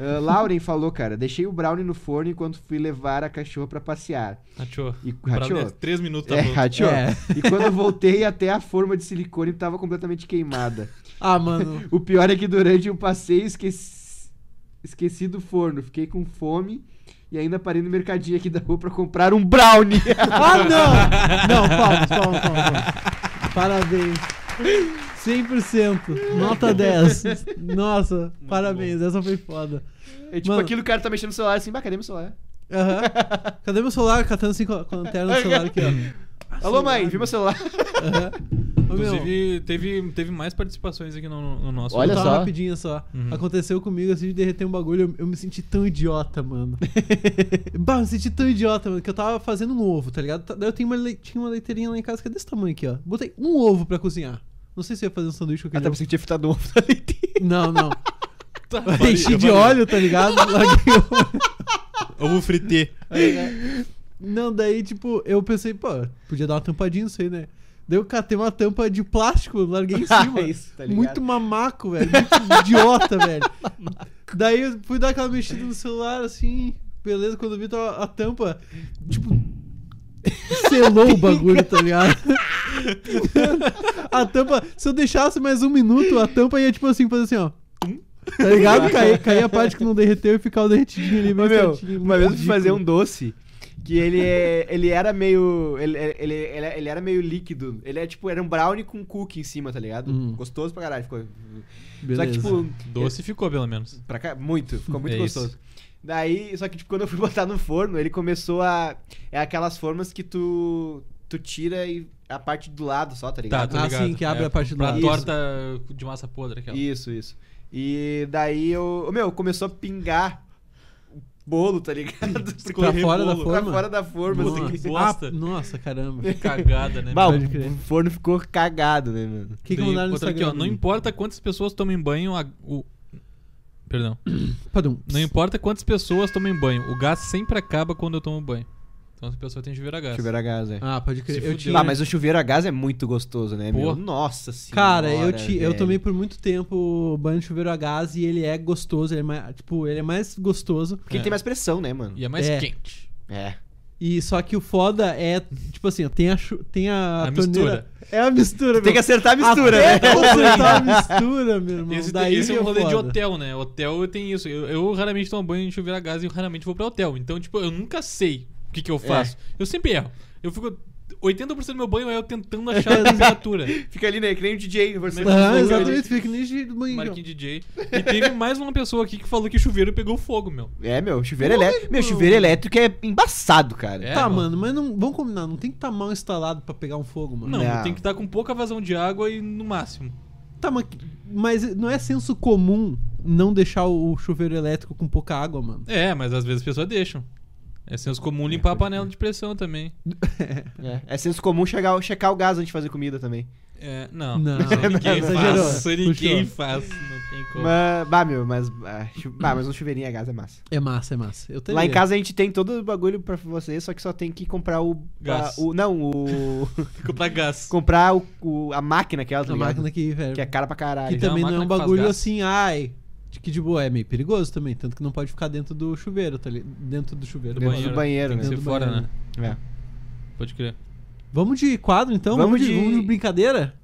Ah, Lauren falou, cara, deixei o brownie no forno enquanto fui levar a cachorra pra passear. Achou. E Pra rachou. dentro, Três minutos tá É, pronto. rachou. É. E quando eu voltei, até a forma de silicone tava completamente queimada. Ah, mano. O pior é que durante o passeio esqueci, esqueci do forno. Fiquei com fome e ainda parei no mercadinho aqui da rua pra comprar um brownie. ah, não! Não, palmas, palmas, palmas. palmas. Parabéns. 100%. Nota 10. Nossa, parabéns. Essa foi foda. É tipo Mano. aquilo, o cara tá mexendo no celular assim, bah, cadê meu celular? Aham. Cadê meu celular? Catando assim com a com a lanterna do celular aqui, ó. Alô, mãe, viu meu Ah, celular? né? Aham. Ô, meu, Inclusive, teve, teve mais participações aqui no, no nosso. Olha Vou só. contar rapidinho só. Uhum. Aconteceu comigo assim de derreter um bagulho, eu, eu me senti tão idiota, mano. bah, eu me senti tão idiota, mano, que eu tava fazendo um ovo, tá ligado? Tá- Daí eu tenho uma le- tinha uma leiteirinha lá em casa que é desse tamanho aqui, ó. Botei um ovo pra cozinhar. Não sei se eu ia fazer um sanduíche com aquele ovo. pensando que tinha fitado o ovo tá da leite. Não, não. Ah, Tá, valeu, Enchi de valeu. óleo, tá ligado? Larguei o Ovo fritê. Não, daí, tipo, eu pensei, pô, podia dar uma tampadinha nisso aí, né? Daí eu catei uma tampa de plástico, larguei em cima. Isso, tá ligado? muito mamaco, velho. Muito idiota, velho. Daí eu fui dar aquela mexida no celular, assim, beleza, quando eu vi tava a tampa, tipo. Selou o bagulho, tá ligado? a tampa, se eu deixasse mais um minuto, a tampa ia tipo assim, fazer assim, ó. Tá ligado? Cair cair a parte que não derreteu e ficar o derretidinho ali, Mas, bem meu, certinho, muito uma vez eu fui ridículo. fazer um doce que ele, é- ele era meio. Ele, ele, ele, ele era meio líquido. Ele é tipo, era um brownie com cookie em cima, tá ligado? Hum. Gostoso pra caralho. Ficou. Beleza. Só que, tipo, Doce ficou, pelo menos. Pra cá, muito, ficou muito É isso. gostoso. Daí, só que tipo, quando eu fui botar no forno, ele começou a. É aquelas formas que tu. Tu tira e a parte do lado só, tá Tá, ligado? tô Ah, ligado. sim, que abre É, a parte do pra lado. torta de massa podre aquela. Isso, isso. E daí eu. ô, Meu, começou a pingar o bolo, tá ligado? Pra fora da Pra forma? Tá fora da forma, Nossa. assim. que bosta. Ah, nossa, caramba. Que Cagada, né? Bah, meu? Pode crer. o forno ficou cagado, né, mano? O que, que Tem mandaram no outra Instagram? Aqui, ó, não importa quantas pessoas tomem banho, a- o... Perdão. Padum. Não importa quantas pessoas tomem banho, o gás sempre acaba quando eu tomo banho. Então a pessoa tem que virar gás. Chuveiro a gás, é. Ah, pode crer. Se Eu fudeu. tinha... Ah, mas o chuveiro a gás é muito gostoso, né, meu? Pô. Nossa senhora. Cara, eu, ti- eu velho. tomei por muito tempo banho de chuveiro a gás e ele é gostoso, ele é mais, tipo, ele é mais gostoso. Porque É. tem mais pressão, né, mano? E é mais É. quente. É. E só que o foda é, tipo assim, ó, tem a, chu- tem a, A torneira- Ah, É a mistura, Tem que meu. acertar a mistura, né? Até completar a mistura, meu irmão. Esse, Daí esse é que um rolê de foda. hotel, né? Hotel tem isso. Eu, eu raramente tomo banho em chuveiro a gás e eu raramente vou pra hotel. Então, tipo, eu nunca sei o que, que É. eu faço. Eu sempre erro. Eu fico. 80% do meu banho é eu tentando achar a temperatura. Fica ali, né? Que nem o DJ. Você Aham, exatamente. Fica que nem de banho. Marquinhos DJ. E teve mais uma pessoa aqui que falou que o chuveiro pegou fogo, meu. É, meu, chuveiro elétrico. Meu, chuveiro elétrico é embaçado, cara. É, tá, mano. mano, mas não, vamos combinar, não tem que estar mal instalado pra pegar um fogo, mano. Não, Não. tem que estar com pouca vazão de água e no máximo. Tá, mas, mas não é senso comum não deixar o chuveiro elétrico com pouca água, mano. É, mas às vezes as pessoas deixam. É senso comum limpar a panela de pressão também. É, senso comum chegar, checar o gás antes de fazer comida também. É, não. Não, isso aí ninguém não, faz. exagerou. Isso aí ninguém Puxou. faz. Não tem como. Mas, bah, meu, mas. Ah, chu- bah, mas um chuveirinho a gás é massa. É massa, é massa. Eu Lá em teria. casa a gente tem todo o bagulho pra você, só que só tem que comprar o. Gás. a- o não, o. Ficou pra gás. comprar o, o- a máquina aquela, tá A ligado? máquina que, velho. Que é cara pra que caralho. tá- também é uma não é um máquina que faz bagulho gás. assim, ai. de Que de boa, é meio perigoso também. Tanto que não pode ficar dentro do chuveiro, tá ali? Dentro do chuveiro. Do Dentro do banheiro, Tem que né? ser Do fora, banheiro, né? É. Pode crer. Vamos de quadro então? Vamos Vamos, de... de- vamos de brincadeira?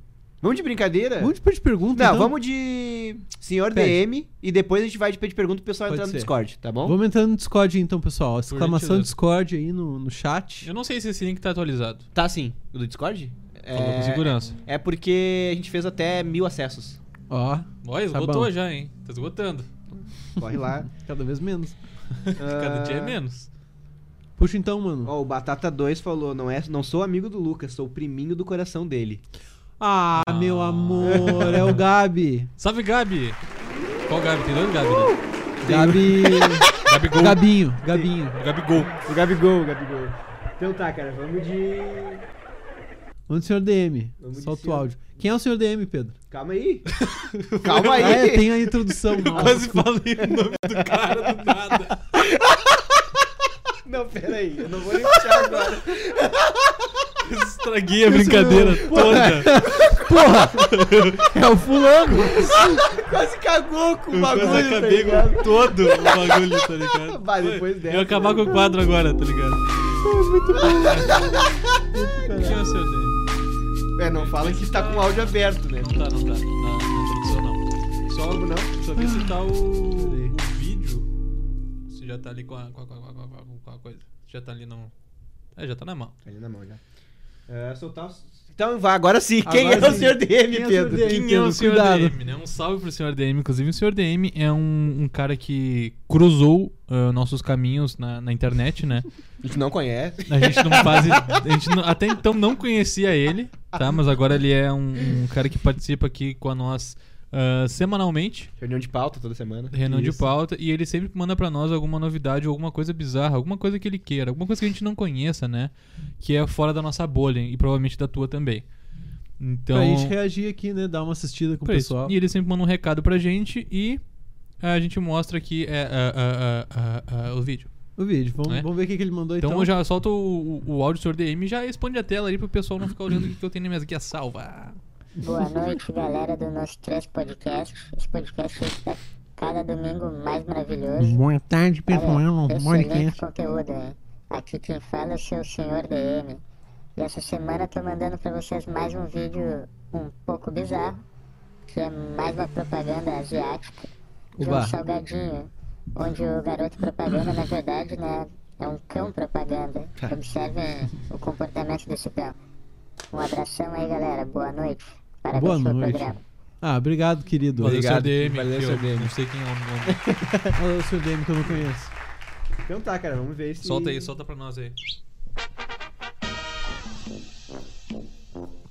Vamos de brincadeira? Vamos de, de pergunta? Não, então? vamos de senhor Pede. DM e depois a gente vai de pedir pergunta pro pessoal Pode entrar no ser. Discord, tá bom? Vamos entrar no Discord então, pessoal. Exclamação gentileza. Discord aí no, no chat. Eu não sei se esse link tá atualizado. Tá sim. O do Discord? Falou com É, segurança. é porque a gente fez até mil acessos. Ó, Olha, tá esgotou bom. já, hein? Tá esgotando. Corre lá. cada vez menos. Cada dia é Ah, menos. Puxa então, mano. Ó, o Batata 2 falou, não, é, não sou amigo do Lucas, sou priminho do coração dele. Ah, meu amor, é o Gabi. Salve, Gabi! Qual Gabi? Tem dois Gabi, Uh! né? Gabi. Gabigol. Gabinho, Gabinho. Gabigol. O Gabigol, o Gabigol. Então tá, cara, vamos de... Vamos do senhor DM. Vamos de Solta o senhor. áudio. Quem é o senhor DM, Pedro? Calma aí. Calma aí. Ah, é, tem a introdução. nossa. Quase falei o nome do cara do nada. Não, pera aí, eu não vou nem puxar agora. Estraguei a brincadeira toda. porra! É o fulano! Quase cagou com o Quase bagulho, tá acabei ligado? com todo o bagulho, tá ligado? Vai, depois Foi. dessa, Eu ia acabar com o quadro agora, tá ligado? Muito bom. Tinha acertei. É, não fala que tá com o áudio aberto, né? Não tá, não tá. Na, na introdução não. Só, Logo não. só quer citar o, o vídeo. Você já tá ali com a, com a, com a, com a- com a- com a coisa. Já tá ali no. É, já tá na mão. Ali na mão já. É, soltar os- Então vai, agora sim. Quem Agora é o sim. senhor DM, Quem é o Pedro? Sr. DM? Quem é o Pedro, Sr. cuidado. DM, né? Um salve pro Sr. DM. Inclusive, o Sr. DM é um, um cara que cruzou ah, nossos caminhos na, na internet, né? A gente não conhece. A gente não faz. A gente não- até então não conhecia ele, tá? Mas agora ele é um, um cara que participa aqui com a nós ah, semanalmente, Reunião de pauta toda semana. Renan de Isso. pauta, e ele sempre manda pra nós alguma novidade, alguma coisa bizarra, alguma coisa que ele queira, alguma coisa que a gente não conheça, né? Que é fora da nossa bolha e provavelmente da tua também. Então, Pra gente reagir aqui, né? Dar uma assistida com pra o isso. pessoal. E ele sempre manda um recado pra gente e a gente mostra aqui é, ah, ah, ah, ah, ah, o vídeo. O vídeo, vamos, É. vamos ver o que, que ele mandou Então, então. eu já solto o, o- o áudio do senhor DM e já responde a tela aí pro pessoal não ficar olhando o que que eu tenho na minha guia salva. Boa noite, galera do nosso Três Podcast. Esse podcast está cada domingo mais maravilhoso. Boa tarde, Olha, excelente é. conteúdo, hein? Aqui quem fala é o seu senhor DM. E essa semana eu tô mandando pra vocês mais um vídeo um pouco bizarro, que é mais uma propaganda asiática de Oba. um salgadinho, onde o garoto propaganda, na verdade, né, é um cão propaganda. Tá. Observem o comportamento desse cão. Um abração aí, galera. Boa noite. Parabéns Boa pelo noite. programa. Ah, obrigado, querido. Valeu, Obrigado, senhor DM. valeu, que senhor eu DM. Não sei quem é o nome. Olha o seu DM que eu não conheço. Então tá, cara, vamos ver se. solta aí, solta pra nós aí.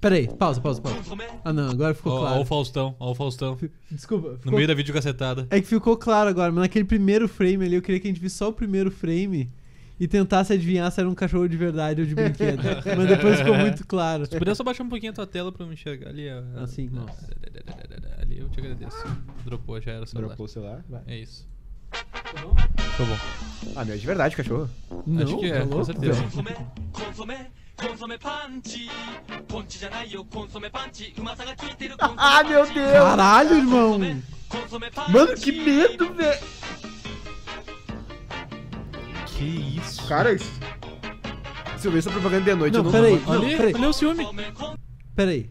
Peraí, pausa, pausa, pausa. Ah, não, agora ficou Ó, ó o claro. Faustão, ó o Faustão. Desculpa. No ficou- meio da videocacetada. É que ficou claro agora, mas naquele primeiro frame ali, eu queria que a gente visse só o primeiro frame e tentasse adivinhar se era um cachorro de verdade ou de brinquedo. mas depois ficou muito claro. Se puder só baixar um pouquinho a tua tela pra eu me enxergar ali. ó. Assim, nossa. Ali eu te agradeço. Dropou, já era o celular. Dropou o celular. Vai. É isso. Tá bom. Ah, meu, é de verdade, cachorro. Não, Acho que é, tá com louco, certeza. velho? コンソメコンソメコンソメパンチポンチじゃないよコンソメパンチうまさが効いてるコンソメパ Ah, ンチ meu Deus! Caralho, irmão! コンソメパンチ Mano, que medo, velho! Que isso? Cara, isso- se eu ver essa propaganda de noite, eu Não, não peraí, vou- não, Ali, peraí, ali é o ciúme. コンソメコン peraí.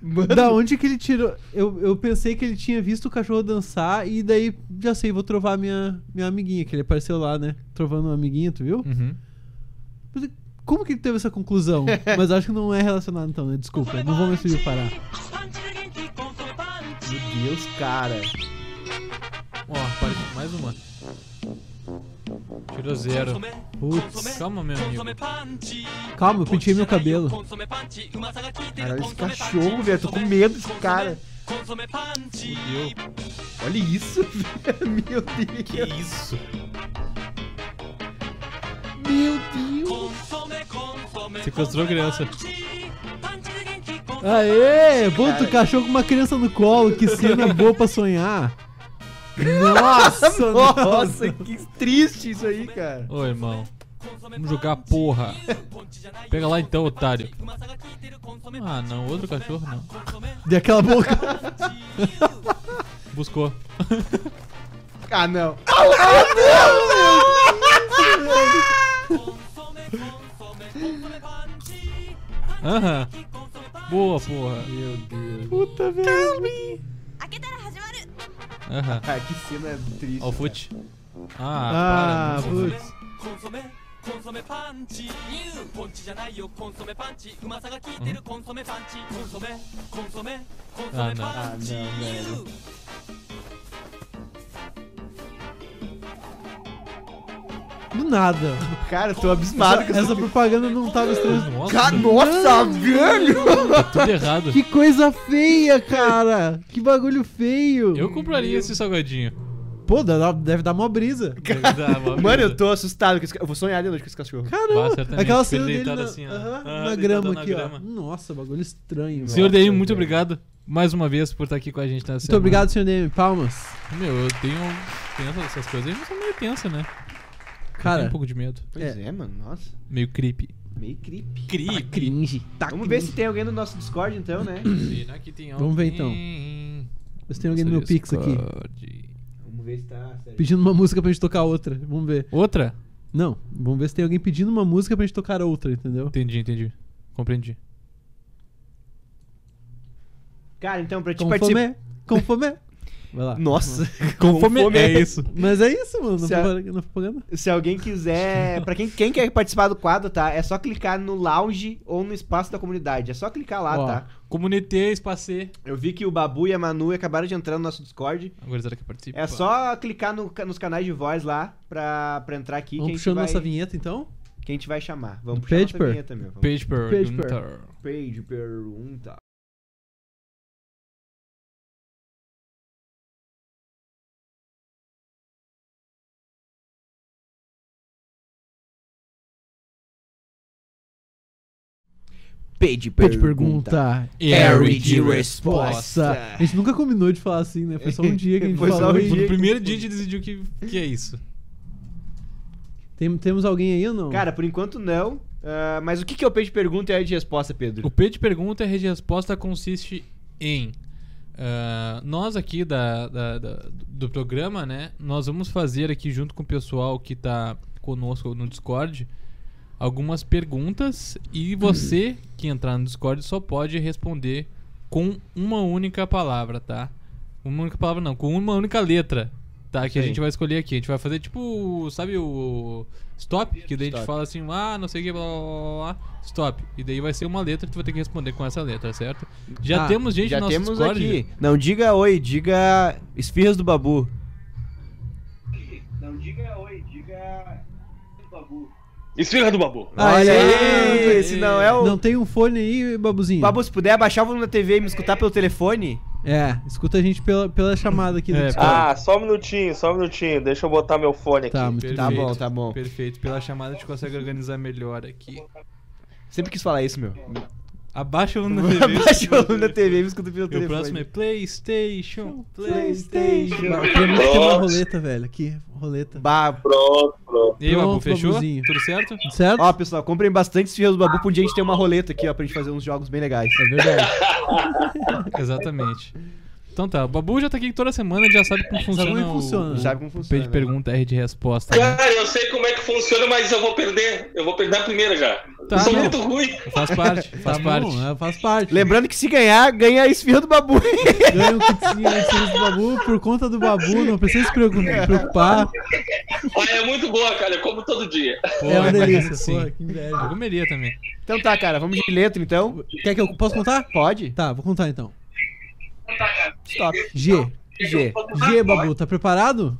Mano, Da onde que ele tirou? Eu, eu pensei que ele tinha visto o cachorro dançar e daí, já sei, vou trovar minha, minha amiguinha, que ele apareceu lá, né? Trovando uma amiguinha, tu viu? Uhum. Mas Como que ele teve essa conclusão? Mas acho que não é relacionado então, né? Desculpa, não vou me subir parar. パンチが元気コンソメパンチ Meu Deus, cara. Ó, parte, mais uma. Tirou zero. コンソメ Putz. カモメコンソメパンチ Calma, eu pentei meu cabelo. コンソメパンチうまさが効いてる Caralho, コ esse ンソメパンチ cachorro, velho, tô com medo desse cara. コンソメパンチ Fudeu. Olha isso, velho. Meu Deus. Que isso? Meu Deus. コンソメコンソメ Sequestrou criança. パンチパンチが元気コンソメ Aê! Bota o cachorro com uma criança no colo, que cena boa pra sonhar. Nossa, nossa. Nossa, que triste isso aí, cara. Ô, irmão. Vamos jogar porra. Pega lá então, otário. Ah, não. Outro cachorro, não. Dei aquela boca. Buscou. Ah, não. Aham. Boa, Ah, porra. Meu Deus. Puta, velho. Aham. Ah, que cena triste. Ó, o fute. Ah, Ah, para. não. putz. コンソメコンソメパンチポンチじゃないよコンソメパンチうまさが効いてるコンソメパンチコンソメコンソメコンソメパンチ Ah, não, velho. Do nada. cara. Cara, eu tô abismado com essa. Essa propaganda não tava estranha. Nossa, Ca- Nossa, velho! tá tudo errado. Que coisa feia, cara. Que bagulho feio. Eu compraria esse salgadinho. Pô, dá- deve dar mó brisa. Mano, eu tô assustado com esse ca- Eu vou sonhar de noite com esse cachorro. Bah, Caramba. certamente. Aquela cena Ele dele deitado na, assim, ó. aham, Ah, na deitado grama na aqui, ó. grama. Nossa, bagulho estranho, Senhor velho. DM, muito obrigado. Mais uma vez por estar aqui com a gente na Muito semana. obrigado, senhor DM. Palmas. Meu, eu tenho. tenho essas- essas coisas aí, mas são meio tensa, né? Eu tenho Cara, um pouco de medo. Pois é, mano, nossa. Meio creepy. Meio creepy. Tá Cri. cringe. Tá Vamos ver cringe. se tem alguém no nosso Discord, então, né? Aqui tem Vamos ver, alguém. se tem alguém no meu Pix aqui. Discord. Vamos ver se tá. sério. Pedindo uma música pra gente tocar outra. Vamos ver. Outra? Não, vamos ver se tem alguém pedindo uma música pra gente tocar outra, entendeu? Entendi, entendi. Compreendi. Cara, então, pra te participar. Conforme, conforme. Vai lá. Nossa, É isso. Mas é isso, mano. Não Se a- propaganda- não propaganda. Se alguém quiser. Pra quem, quem quer participar do quadro, tá? É só clicar no lounge ou no espaço da comunidade. É só clicar lá, Ó, tá? Comunitê, espacê. Eu vi que o Babu e a Manu acabaram de entrar no nosso Discord. A gurizada que participa. É só clicar no ca- nos canais de voz lá pra, pra entrar aqui. Vamos que a gente puxando vai- nossa vinheta, então? Que a gente vai chamar. Vamos Do puxar nossa Paper? vinheta, meu. Vamos. Page per Page per. Gunter. Page pergunta. Page Pede pergunta. Harry de Nossa. resposta. A gente nunca combinou de falar assim, né? Foi só um dia que a gente Foi só falou. um e- dia. No primeiro dia a gente decidiu que, que é isso. Tem- temos alguém aí ou não? Cara, por enquanto não. Ah, mas o que, que é o page pergunta e a de resposta, Pedro? O P de pergunta e a rede de resposta consiste em. ah, nós aqui da, da- da- do programa, né? Nós vamos fazer aqui junto com o pessoal que tá conosco no Discord algumas perguntas e você que entrar no Discord só pode responder com uma única palavra, tá? Uma única palavra não, com uma única letra, tá? Que a Sim. gente vai escolher aqui. A gente vai fazer tipo, sabe o stop? Que daí a gente Stop. fala assim, ah, não sei o que, blá, blá, blá, blá, blá, stop. E daí vai ser uma letra e tu vai ter que responder com essa letra, certo? Já Ah, temos gente Já no nosso temos Discord. né? aqui. Não diga oi, diga esfirras do babu. Esfirra do babu. Olha Aê! aí, se não é o. Não tem um fone aí, babuzinho? Babu, se puder abaixar o volume da TV e me escutar pelo telefone. É, escuta a gente pela, pela chamada aqui do É, Discord. Ah, só um minutinho, só um minutinho. Deixa eu botar meu fone aqui. Tá, muito Perfeito. Tá bom, tá bom. Perfeito, pela chamada a gente consegue organizar melhor aqui. Sempre quis falar isso, meu. Abaixa o número. Abaixa o volume da TV e me escuta E pelo o telefone. próximo é PlayStation. Tem PlayStation. uma- tem uma roleta, velho. Aqui, roleta. Bah, Pronto, pronto. E aí, Babu, Pronto, fechou? Babuzinho. Tudo certo? Certo? Ó, pessoal, comprem bastante esfirras do babu. Podia a gente ter uma roleta aqui, ó, pra gente fazer uns jogos bem legais. É verdade. Exatamente. Então tá, o Babu já tá aqui toda semana, ele já sabe como funciona. como o- funciona. o Sabe como P funciona. né? de pergunta, R de resposta. né? Cara, eu sei como é que funciona, mas eu vou perder. Eu vou perder a primeira já. Tá, eu sou não. muito ruim. Faz parte, faz Tá parte. bom, é, faz parte. Lembrando que se ganhar, ganha a esfirra do babu. Ganha um kitzinho aí, filhos do Babu por conta do Babu, não precisa se preocu- preocupar. Ah, é muito boa, cara. Eu como todo dia. Pô, é uma delícia, sim. pô, que Eu inveja. comeria também. então tá, cara, vamos de letra então. Quer que eu posso contar? Pode? Tá, vou contar então. Stop. G. G. G, Babu, tá preparado?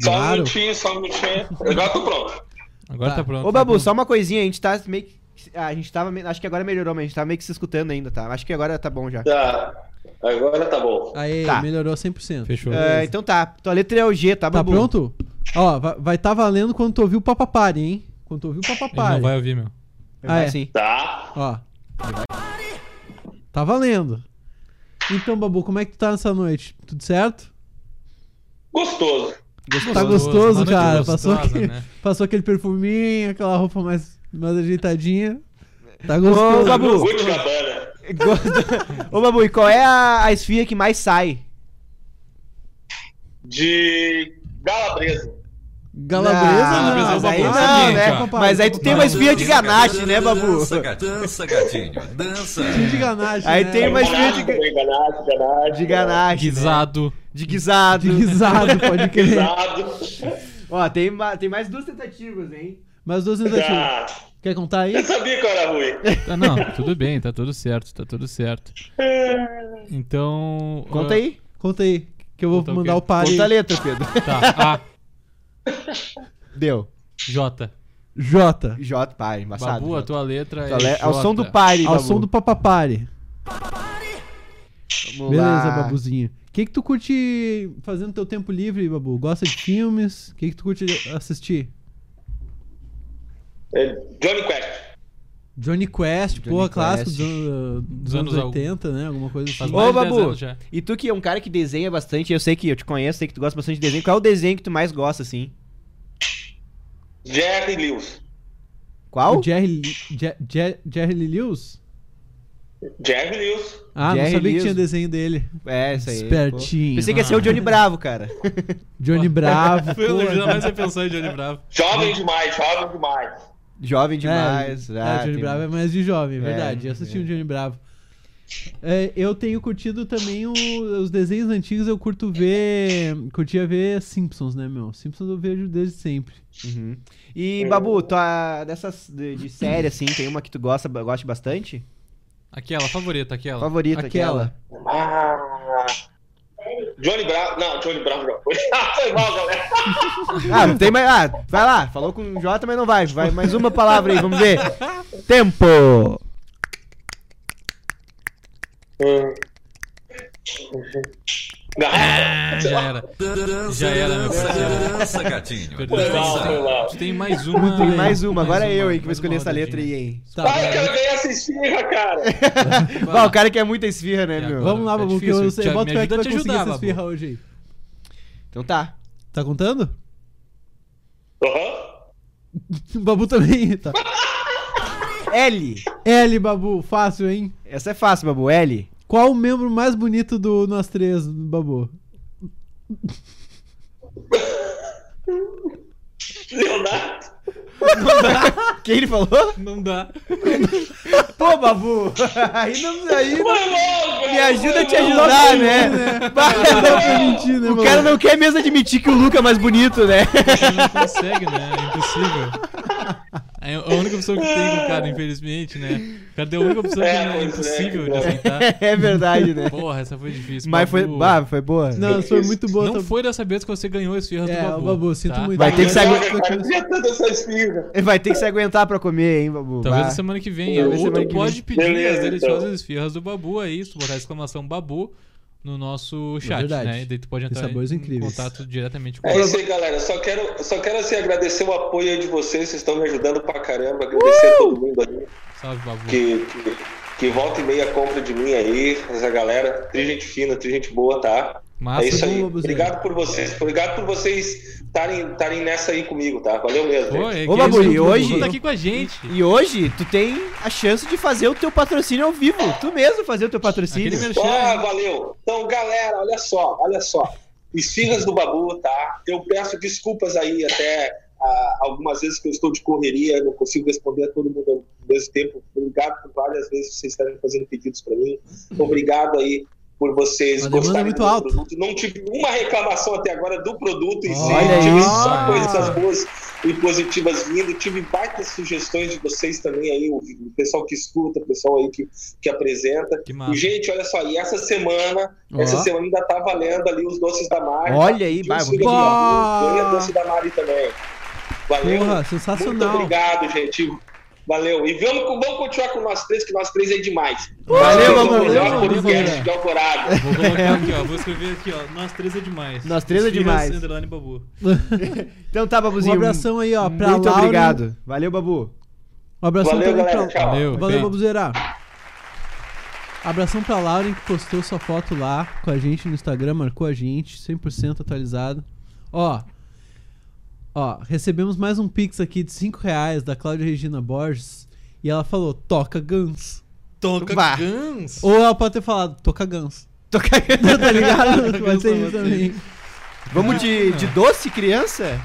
Só um Claro. minutinho, só um minutinho. Agora eu tô pronto. Agora tá, Tá. pronto. Ô, tá Babu, pronto. só uma coisinha, a gente tá meio que. A gente tava. me- Acho que agora melhorou, mas a gente tava meio que se escutando ainda, tá? Acho que agora tá bom já. Tá. Agora tá bom. Aê, Tá. melhorou 100%. Fechou. É, então tá, tua letra é o G, tá, Tá Babu? pronto? Ó, va- vai tá valendo quando tu ouvir o papapari, hein? Quando tu ouvir o Ele não papapari. vai ouvir, meu. Ah, é. Sim. Tá. Ó. Tá valendo. Então, Babu, como é que tu tá nessa noite? Tudo certo? Gostoso. Tá Gostoso, gostoso, uma noite cara. gostosa, passou, aquele, né? passou aquele perfuminho, aquela roupa mais, mais ajeitadinha. Tá Ô, gostoso. Babu, Gucci Cabana. ô, Babu, e qual é a, a esfirra que mais sai? De Galabresa. Galabresa, Ah, não. mas aí Babu, Ah, não, seguinte, né? ó. Mas aí tu tem uma esfirra de ganache, né, Babu? Dança, gatinho, dança, gatinho, dança. Tinha de ganache. Aí né? tem uma esfirra de, ga- Ganache, Ganache, Ganache. de ganache, né? Guisado. de guisado. de guisado, pode crer. Guisado. Ó, tem, ma- tem mais duas tentativas, hein? Mais duas tentativas. Ah, Quer contar aí? eu sabia que eu era ruim. Tá, não, tudo bem, tá tudo certo, tá tudo certo. Então. Conta ah, aí. Conta aí, que eu vou Conta o mandar quê? o pare. Conta a letra, Pedro. Tá, A, Deu. J. J. J, pai, embaçado. Babu, a J. tua letra é. Qual é? Ao J. som do pare, Ao Babu. som do papapare. Vamos Beleza, lá. babuzinho. O que, que tu curte fazendo teu tempo livre, Babu? Gosta de filmes? O que, que tu curte assistir? É, Johnny Quest. Johnny Quest, Johnny porra, Quest. clássico do- dos anos anos 80, né? Alguma coisa Faz assim. mais Ô, de 10 Babu. anos já. E tu que é um cara que desenha bastante, eu sei que eu te conheço, sei que tu gosta bastante de desenho. Qual é o desenho que tu mais gosta, assim? Jerry Lewis. Qual? O Jerry, Li- Je- Je- Jerry Lee Lewis? Jerry Lewis. Ah, Jerry não sabia que Lewis. tinha desenho dele. É, isso aí. Espertinho. pô. Pensei que ia ser o Johnny Bravo, cara. Johnny Bravo. Foi pô, né? elogiado, cara. mas eu pensei em Johnny Bravo. Hum. Jovem demais, jovem demais. Jovem demais. É, ah, é, Johnny tem- Bravo é mais de jovem, é É, verdade. Eu assisti o Johnny Bravo. É, eu tenho curtido também o- os desenhos antigos, eu curto ver. Curtia ver Simpsons, né, meu? Simpsons eu vejo desde sempre. Uhum. E, Babu, tua, dessas de, de série, assim, tem uma que tu gosta, gosta bastante? Aquela, favorita, aquela. Favorita, Aquela. aquela. Ah. Johnny Bravo. Não, Johnny Bravo não. Foi mal, galera. Ah, não tem mais. Ah, vai lá, falou com o Jota, mas não vai. Vai mais uma palavra aí, vamos ver. Tempo! Garrafa. Já era. Dança, Já era, meu dança, parceiro. dança, gatinho. Perdeu. Foi Dança. mal, A foi gente mal. tem mais uma. né? Muito bem. Mais uma, agora mais é eu aí uma, que vou mais escolher uma essa rodadinha. letra aí, hein? Tá, Vai, vai. eu quero ganhar essa esfirra, cara. Bah, o cara que é muita esfirra, né, E meu? agora? Vamos lá, É Babu, que difícil. eu sei. Thiago, Bota me o pé que vai ajuda a te conseguir ajudar, essa Babu. esfirra hoje aí. Então tá. Tá contando? Aham. O Babu também. Tá. L. L, Babu, fácil, hein? Essa é fácil, Babu. L. Qual o membro mais bonito do Nós Três, Babu? Leonardo. Quem ele falou? Não dá. Pô, Babu! aí não. Aí não- Foi mal, velho. Me ajuda a te Foi mal. ajudar, né? Bah, Pra mentir, né, O cara não quer mesmo admitir que o Luca é mais bonito, né? Ele não consegue, né? É impossível. É a única opção que tem com o cara, infelizmente, né? Cadê a única opção que É, é, pois é, impossível de cara. aceitar? É verdade, né? Porra, essa foi difícil. Mas foi. Babu, Bah, foi boa. Não, isso foi muito boa. não tá- foi dessa vez que você ganhou esse ferro É, do Babu. tá? o Babu, sinto muito. Vai ter que se Droga, agu- cara, eu tinha tanta essa esfirra. Vai ter que se aguentar pra comer, hein, Babu? Talvez Bah. na semana que vem. Talvez Ou semana tu que pode vem. pedir Beleza, as deliciosas então. esfirras do Babu aí, se tu botar a exclamação Babu no nosso chat, verdade. né? E daí tu pode Tem entrar sabores em incríveis. contato diretamente com É o isso aí, galera. Só quero, só quero assim, agradecer o apoio aí de vocês. Vocês estão me ajudando pra caramba. Agradecer a Uh! todo mundo aí Salve, Babu. que, que, que volta e meia compra de mim aí. Essa galera, tri gente fina, tri gente boa, tá? Massa. é isso aí. Ah, boa, Buzinho. Obrigado por vocês. Obrigado por vocês estarem estarem nessa aí comigo, tá? Valeu mesmo. Pô, gente. é Ô, que Babu, esse e hoje- Babu tá aqui com a gente. E hoje tu tem a chance de fazer o teu patrocínio ao vivo. Tu mesmo fazer o teu Aquele patrocínio. Ah, merchan. valeu. Então, galera, olha só, olha só. Esfirras do Babu, tá? Eu peço desculpas aí até ah, algumas vezes que eu estou de correria, não consigo responder a todo mundo ao mesmo tempo. Obrigado por várias vezes vocês estarem fazendo pedidos para mim. Obrigado aí por vocês A demanda é muito do alta. produto. Não tive uma reclamação até agora do produto em si. Olha tive isso. só coisas boas e positivas vindo. Tive baitas sugestões de vocês também aí, o pessoal que escuta, o pessoal aí que, que apresenta. Que massa. Gente, olha só, e essa semana, Ó. essa semana ainda tá valendo ali os doces da Mari. Olha aí, Tinha um os Barba. filhos do Babu, Bah! Ganha doce da Mari também. Valeu. Porra, Muito sensacional. obrigado, gente. Valeu. E vamos, vamos continuar com nós três, que nós três é demais. Nós Valeu, três é Babu. o melhor Valeu, podcast Babu. de Alvorada. Vou colocar aqui, ó. Vou escrever aqui, ó. Nós três é demais. Nós três é Esfirras, demais. underline, Babu. Então tá, Um Babuzinho. abração aí, ó, pra Muito Laura. obrigado. Valeu, Babu. Um abração Valeu, também galera. pra... Tchau. Valeu, Valeu, feito. Babuzeira. Abração pra Lauren, que postou sua foto lá com a gente no Instagram, marcou a gente, 100% atualizado. Ó, ó, recebemos mais um pix aqui de 5 reais da Cláudia Regina Borges e ela falou, toca Guns. Toca Vá. Guns. Ou ela pode ter falado, toca Guns. Tô cagando. tá ligado? Guns Pode ser isso tá também. Vamos de, de doce, criança?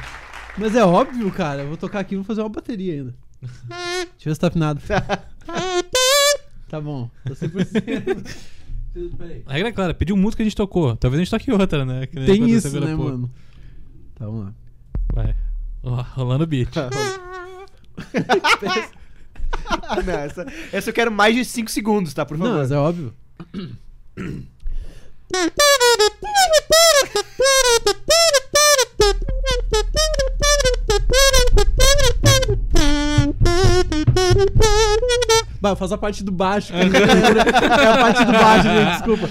Mas é óbvio, cara, eu vou tocar aqui e vou fazer uma bateria ainda. Deixa eu ver se tá afinado. tá bom, tô 100%. Peraí. A regra é clara, pediu música a gente tocou. Talvez a gente toque outra, né? Que nem Tem aconteceu isso, agora né, há pouco. mano? Tá, vamos lá. Vai. Ó, rolando o beat. Ah, Não, essa, essa eu quero mais de 5 segundos, tá? Por Não, favor. mas é óbvio. Bah, eu faço a parte do baixo. cara. é a parte do baixo, gente, desculpa.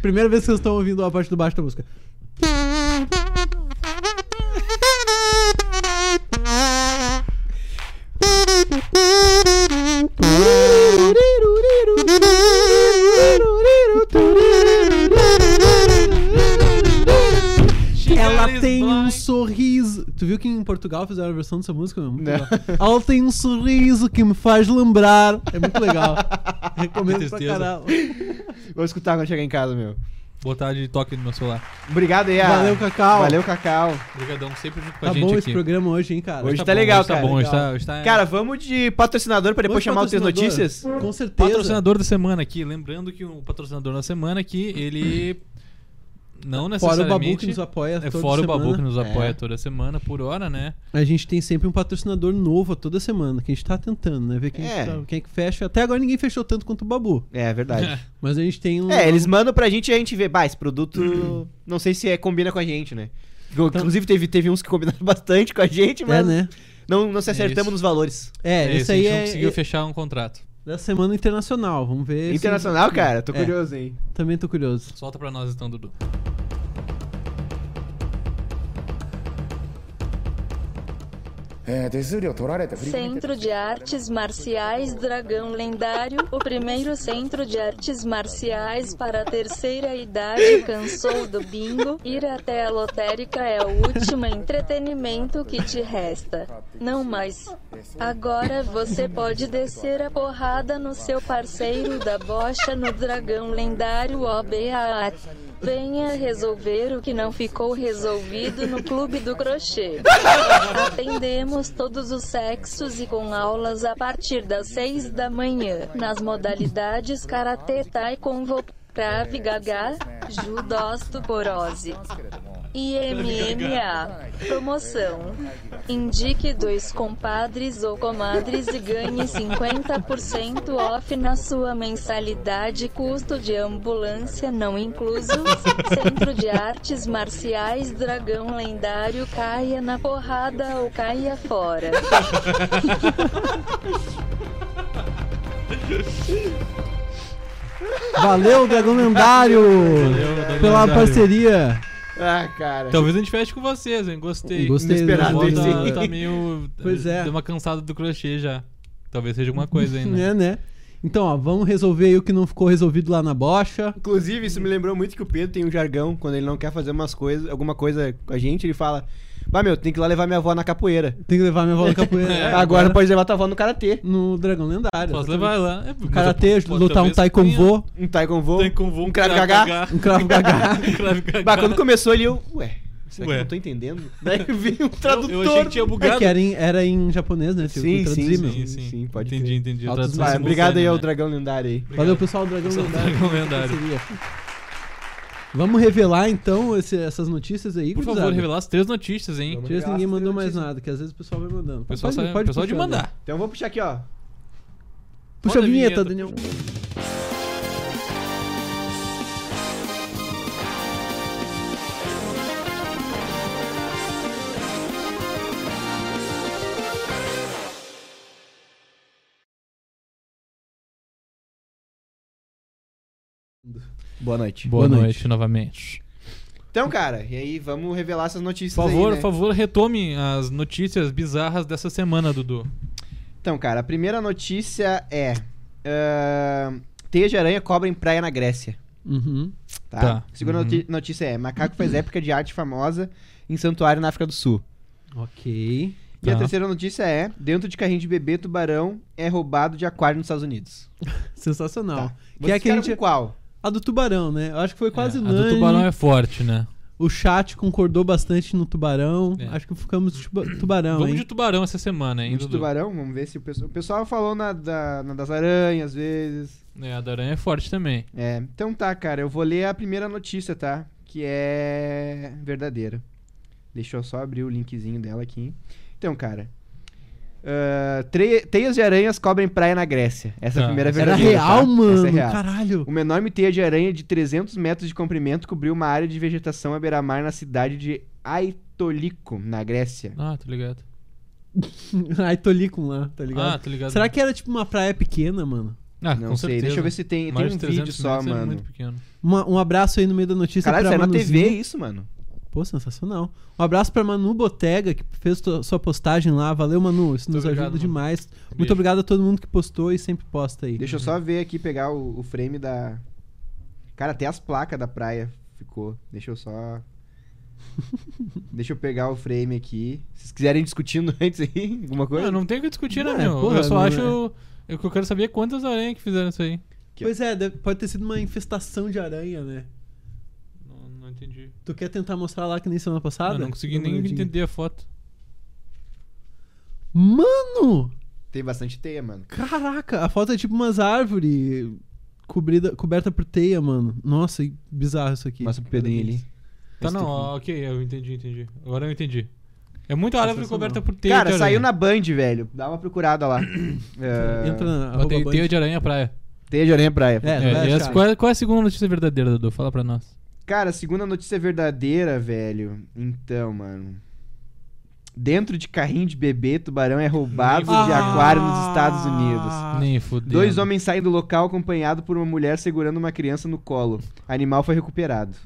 Primeira vez que vocês estão ouvindo a parte do baixo da música. Ela tem um sorriso. Tu viu que que em Portugal fizeram a versão dessa música? Não, muito legal. Ela tem um sorriso que me faz lembrar. É muito legal. Recomendo pra tristeza. caralho. Vou escutar quando chegar em casa, meu. Botar de toque no meu celular. Obrigado aí, a- Valeu, Cacau. Valeu, Cacau. Obrigadão sempre junto com a Tá gente bom esse aqui. programa hoje, hein, cara? Hoje tá legal, hoje tá cara. bom, hoje Legal. tá, hoje tá- Cara, vamos de patrocinador pra depois Hoje chamar o Três É. patrocinador. Notícias? Com certeza. patrocinador da semana aqui. Lembrando que o patrocinador da semana aqui, ele. Não Fora necessariamente. o Babu que nos apoia É toda fora o semana. Babu que nos apoia É. toda semana, por hora, né? A gente tem sempre um patrocinador novo a toda semana, que a gente tá tentando, né? Ver quem, É. tá- quem é que fecha. Até agora ninguém fechou tanto quanto o Babu. É, verdade. Mas a gente tem um. É, eles mandam pra gente e a gente vê. Bah, esse produto não sei se é, combina com a gente, né? Inclusive, teve, teve uns que combinaram bastante com a gente, É, mas né? não, não se É acertamos isso. nos valores. É, É, isso a aí gente não é, conseguiu é fechar um contrato. da semana internacional. Vamos ver. se- Internacional, cara? Tô É. curioso, hein? Também tô curioso. Solta pra nós então, Dudu. Centro de Artes Marciais Dragão Lendário, o primeiro centro de artes marciais para a terceira idade cansou do bingo, ir até a lotérica é o último entretenimento que te resta. Não mais. Agora você pode descer a porrada no seu parceiro da bocha no Dragão Lendário OBA. Venha resolver o que não ficou resolvido no Clube do Crochê. Atendemos todos os sexos e com aulas a partir das 6 da manhã, nas modalidades Karatê Taekwondo, Krav Gaga, Judosto Porose e MMA. Promoção. Indique dois compadres ou comadres e ganhe 50% off na sua mensalidade custo de ambulância não incluso. Centro de Artes Marciais Dragão Lendário caia na porrada ou caia fora. Valeu, Dragão Lendário! Dragão pela Lendário. parceria. Ah, cara. Talvez a gente feche com vocês, hein? Gostei. Gostei. Inesperado Bota, né? esse aí. tá meio. Pois é. Deu uma cansada do crochê já. Talvez seja alguma coisa ainda. né, né? Então, ó, vamos resolver aí o que não ficou resolvido lá na bocha. Inclusive, isso me lembrou muito que o Pedro tem um jargão, quando ele não quer fazer umas coisas, alguma coisa com a gente, ele fala: Bah, meu, tem que ir lá levar minha avó na capoeira. Tem que levar minha avó na capoeira. agora pode levar tua avó no karatê. No Dragão Lendário. É, Posso levar lá. É, mas eu- Karatê, pô, lutar um talvez tenha- taekwondo, Um taekwondo. Taekwondo, um krav gaga. um cravo gagá. Um Krav Maga. Bah, quando começou ali, eu. Ué, será que Ué. eu não tô entendendo? Daí veio um Eu, tradutor. eu achei que tinha É bugado. que era em, era em japonês, né? Tive que Sim, traduzir, meu. Sim, sim. Sim, pode entendi, crer. entendi. Altos Tradução Vai, obrigado aí né? ao simultânea, dragão lendário aí. Valeu, pessoal, Dragão Pessoal do Lendário. Dragão Lendário. Parceria. Vamos revelar, então, esse- essas notícias aí, né? Por gurizada? favor, revelar as três notícias, hein? Às vezes ninguém mandou mais nada, que às vezes o pessoal vai mandando. O pessoal sabe, o pessoal de puxar, mandar. né? Então eu vou puxar aqui, ó. Puxa a Manda a vinheta, vinheta. Daniel. Boa noite. Boa, noite. noite. novamente. Então, cara, e aí vamos revelar essas notícias. Por favor, aí, por né? favor, retome as notícias bizarras dessa semana, Dudu. Então, cara, a primeira notícia é. ah, teia de aranha cobra em praia na Grécia. Uhum. Tá. Tá. Segunda Uhum. noti- notícia é: macaco faz época de arte famosa em santuário na África do Sul. Ok. E a Tá. terceira notícia é: dentro de carrinho de bebê, tubarão é roubado de aquário nos Estados Unidos. Sensacional. Tá. Que é Vocês que a ficaram gente... com qual? A do tubarão, né? Eu acho que foi quase é, é, a do tubarão é forte, né? O chat concordou bastante no tubarão. É. Acho que ficamos de tuba- tubarão, Vamos hein? de tubarão essa semana, hein, Muito Dudu? tubarão? Vamos ver se o pessoal. O pessoal falou na, da- na das aranhas, às vezes. É, a da aranha é forte também. É, então tá, cara, eu vou ler a primeira notícia, tá? Que é verdadeira. Deixa eu só abrir o linkzinho dela aqui. Então, cara. ah, tre- teias de aranhas cobrem praia na Grécia. Essa é Tá, a primeira essa Era verdadeira. tá? real, mano. Essa é real. Caralho. Uma enorme teia de aranha de 300 metros de comprimento cobriu uma área de vegetação à beira-mar na cidade de Aitoliko, na Grécia. Ah, tô ligado. Tá Ai, tô ali com lá, tá ligado? Ah, tô ligado. Será que era tipo uma praia pequena, mano? Ah, Não com sei, certeza. deixa eu ver se tem, tem Mais um de vídeo 300 só, metros é mano. muito pequeno. Uma- um abraço aí no meio da notícia é Caralho, pra saiu na Manuzinha. TV isso, mano. Pô, sensacional. Um abraço pra Manu Botega, que fez tua- sua postagem lá. Valeu, Manu. Isso Muito nos obrigado, ajuda Manu. demais. Muito Beijo. obrigado a todo mundo que postou e sempre posta aí. Deixa eu só ver aqui, pegar o, o frame da. Cara, até as placas da praia ficou. Deixa eu só Deixa eu pegar o frame aqui. Se vocês quiserem discutindo antes aí, alguma coisa? Não, não tem o que discutir, né, é, Não, meu? porra, eu só não acho. Eu, eu quero saber quantas aranhas que fizeram isso aí. Aqui, ó. pois é, deve- pode ter sido uma infestação de aranha, né? Não, não entendi. Tu quer tentar mostrar lá que nem semana passada? Eu Ah, não consegui nem Namoradinho. entender a foto. Mano! Tem bastante teia, mano. Caraca, a foto é tipo umas árvores cobrida, coberta por teia, mano. Nossa, e bizarro isso aqui. Mostra pro Pedrinho ali. Tá, Esse não, aqui. ó, ok, eu entendi, entendi. Agora eu entendi. É muita Essa árvore essa não. coberta por teia Cara, de aranha. saiu na Band, velho. Dá uma procurada lá. É, Entra na Ó, arroba tem Band. teia de aranha praia. Teia de aranha praia. É, não vai É, e as- achar. qual, é- qual é a segunda notícia verdadeira, Dudu? Fala pra nós. Cara, segunda notícia verdadeira, velho. Então, mano. Dentro de carrinho de bebê, tubarão é roubado de Ah. aquário nos Estados Unidos. Nem fudeu. Dois homens saem do local acompanhado por uma mulher segurando uma criança no colo. Animal foi recuperado.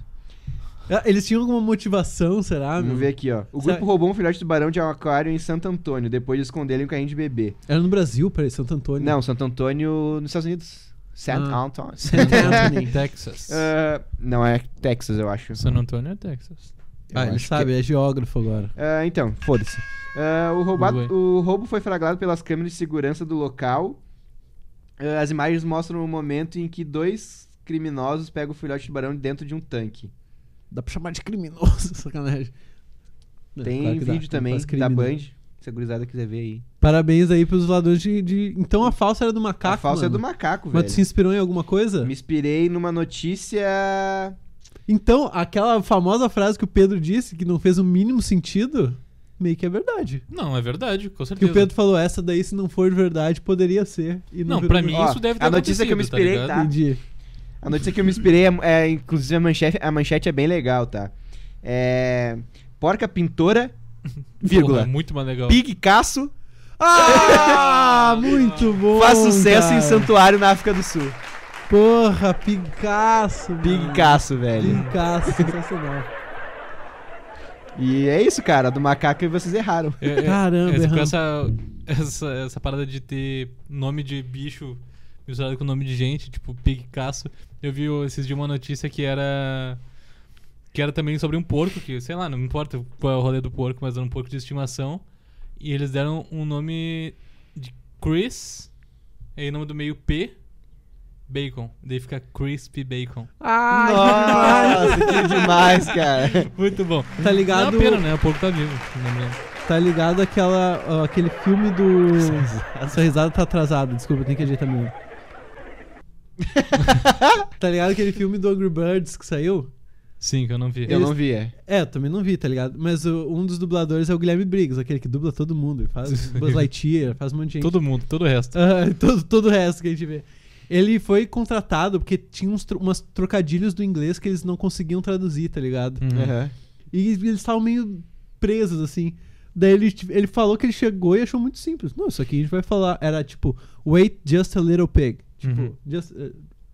Ah, Eles tinham alguma motivação, será? meu? Vamos ver aqui, ó. O Será- grupo roubou um filhote de tubarão de aquário em Santo Antônio, depois de esconderem um carrinho de bebê. Era no Brasil, peraí, Santo Antônio. Não, Santo Antônio nos Estados Unidos. Santo Ah. Antônio. San Antonio, Texas. Ah, não, é Texas, eu acho. San Antonio, é Texas. Ah, Eu ele acho que sabe, é geógrafo agora. Ah, então, foda-se. Ah, o, roubado- Tudo bem. o roubo foi flagrado pelas câmeras de segurança do local. Ah, as imagens mostram o momento em que dois criminosos pegam o filhote de tubarão de dentro de um tanque. Dá pra chamar de criminoso, sacanagem. É, Tem claro que dá, vídeo que não também faz crime, da né? Band, se a gurizada quiser ver aí. Parabéns aí pros ladrões de, de- Então a falsa era do macaco. a falsa é mano. do macaco, Mas tu se velho. inspirou em alguma coisa? Me inspirei numa notícia... Então, aquela famosa frase que o Pedro disse, que não fez o mínimo sentido, meio que é verdade. Não, é verdade, com Que certeza. o Pedro falou, essa daí, se não for verdade, poderia ser. E Não, virou pra mim verdade. Ó, isso deve ter Ah, a notícia que eu me acontecido, inspirei, tá? tá? ligado? Entendi. A notícia que eu me inspirei é, é, inclusive, a manchete, a manchete é bem legal, tá? É... Porca pintora, Porra, é tá. vírgula. muito mais legal. Pig caço Ah, muito bom! faz sucesso cara. em santuário na África do Sul. Porra, Picasso, mano. Big Caço, velho. Picasso, sensacional. E é isso, cara. Do macaco e vocês erraram. É, é, Caramba, essa, com erramos. essa, essa, essa parada de ter nome de bicho misturado com nome de gente, tipo Pig Caço, eu vi esses dias uma notícia que era. Que era também sobre um porco, que, sei lá, não importa qual é o rolê do porco, mas era um porco de estimação. E eles deram um nome de Chris, aí o nome do meio P, Bacon. Daí fica Crispy Bacon. Ai, Nossa, que demais, cara. Muito bom. Tá Não é ligado, uma pena, né? O porco tá vivo. não lembro. tá ligado aquela, ó, aquele filme do... Essa risada tá atrasada, desculpa, tem que ajeitar mesmo. tá ligado aquele filme do Angry Birds que saiu? Sim, que eu não vi. Eu não vi. é. É, eu também não vi, tá ligado? Mas o- um dos dubladores é o Guilherme Briggs, aquele que dubla todo mundo. Ele faz Buzz Lightyear, faz um monte de gente. Todo mundo, todo o resto. Ah, todo, todo o resto que a gente vê. Ele foi contratado porque tinha uns tro umas trocadilhos do inglês que eles não conseguiam traduzir, tá ligado? Uhum. Aham. E eles estavam meio presos, assim. Daí ele, t- ele falou que ele chegou e achou muito simples. Não, isso aqui a gente vai falar. Era tipo, wait just a little pig. Tipo, Uhum. just eh,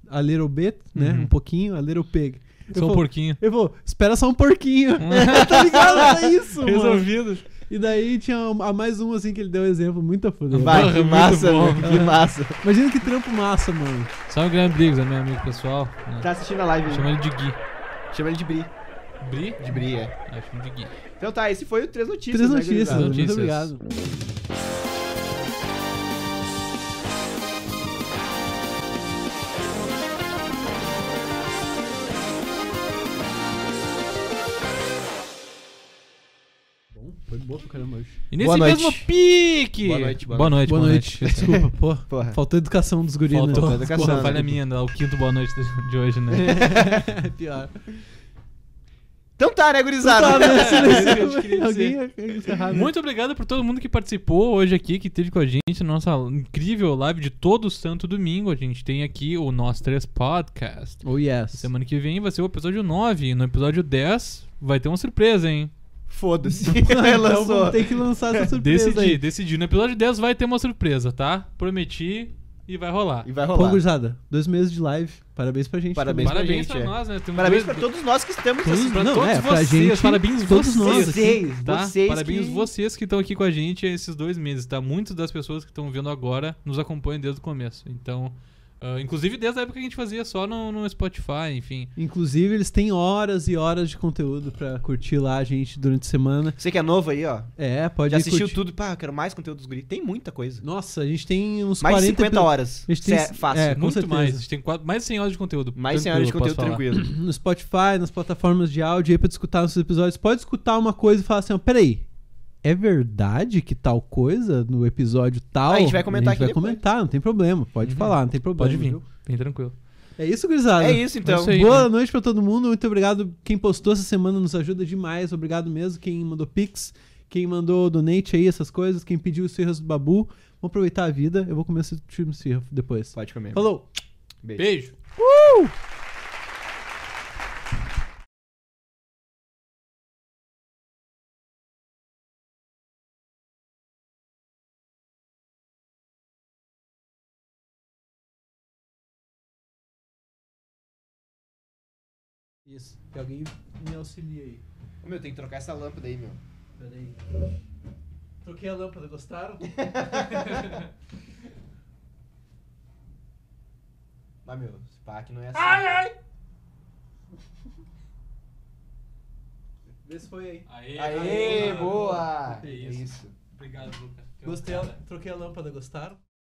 a little bit, né? Uhum. Um pouquinho, a little pig. Ele Sou um falou- porquinho. Ele falou, espera só um porquinho. tá ligado? É isso, mano. Resolvido. E daí tinha a mais um, assim, que ele deu exemplo. Muito foda. Vai, Porra, que muito massa, bom. mano, que massa. Imagina que trampo massa, mano. Salve Guilherme Briggs, é meu amigo pessoal. né? Tá assistindo a live, Chama né? ele de Gui. Chama ele de Bri. Bri? De Bri, é. Ah, chama de Gui. Então tá, esse foi o Três Notícias. Três né, notícias, gurizada? muito Notícias. obrigado. Bom, Foi boa pra caramba hoje. E nesse Boa noite. mesmo pique! Boa noite, boa boa noite. Boa noite. Desculpa, pô. Porra. Faltou educação dos guris, Faltou. né? Faltou educação, Porra, né? falha minha, né? o quinto boa noite de hoje, né? É pior. Então tá, né, gurizada? eu queria dizer. Muito obrigado por todo mundo que participou hoje aqui, que esteve com a gente na nossa incrível live de todo santo domingo. A gente tem aqui o Nós Três Podcast. Oh, yes. Semana que vem vai ser o episódio 9. E no episódio 10 vai ter uma surpresa, hein? Foda-se. Então Lançou. vamos ter que lançar essa surpresa Decidi, aí. decidi. No episódio 10 vai ter uma surpresa, tá? Prometi e vai rolar. E vai Pô, rolar. gurizada, dois meses de live. Parabéns pra gente. Parabéns. também. Parabéns pra gente, pra é. nós, né? Temos Parabéns dois- pra todos nós que estamos Todos- assistindo. pra Não, todos é, vocês. pra gente, parabéns todos nós vocês, aqui. Vocês, tá? vocês parabéns que- vocês que estão aqui com a gente esses dois meses, tá? Muitas das pessoas que estão vendo agora nos acompanham desde o começo. Então, Ah, inclusive desde a época que a gente fazia só no, no Spotify, enfim. Inclusive, eles têm horas e horas de conteúdo pra curtir lá a gente durante a semana. Você que é novo aí, ó. É, pode já ir assistiu curtir. tudo. Pá, eu quero mais conteúdo dos guri. Tem muita coisa. Nossa, a gente tem uns Mais de 40 50 epi- horas. A gente tem- Isso é fácil. é, com Muito certeza. mais. A gente tem quase- mais de 100 horas de conteúdo. Mais 100 Tranquilo, horas de posso conteúdo falar. tranquilo. no Spotify, nas plataformas de áudio aí pra tu escutar nossos episódios. Pode escutar uma coisa e falar assim, ó, peraí, é verdade que tal coisa no episódio tal? Ah, a gente vai comentar A gente vai aqui depois. comentar, não tem problema. Uhum. Pode falar, não tem problema. Pode vir. viu? Bem tranquilo. É isso, gurizada. É isso então. É isso aí. Boa noite pra todo mundo. Muito obrigado. Quem postou essa semana nos ajuda demais. Obrigado mesmo. Quem mandou pix, quem mandou donate aí, essas coisas, quem pediu os firras do babu. Vamos aproveitar a vida. Eu vou comer esse time firra depois. Pode comer. Falou! Beijo. Beijo. Isso. Que alguém me auxilia aí. Meu, tem que trocar essa lâmpada aí, meu. Peraí. Troquei a lâmpada, gostaram? Mas, meu, esse pack não é assim. Ai, ai! Vê se foi aí. Aê, Aê, boa! É É isso. isso. Obrigado, Lucas. Gostei, troquei a lâmpada, gostaram?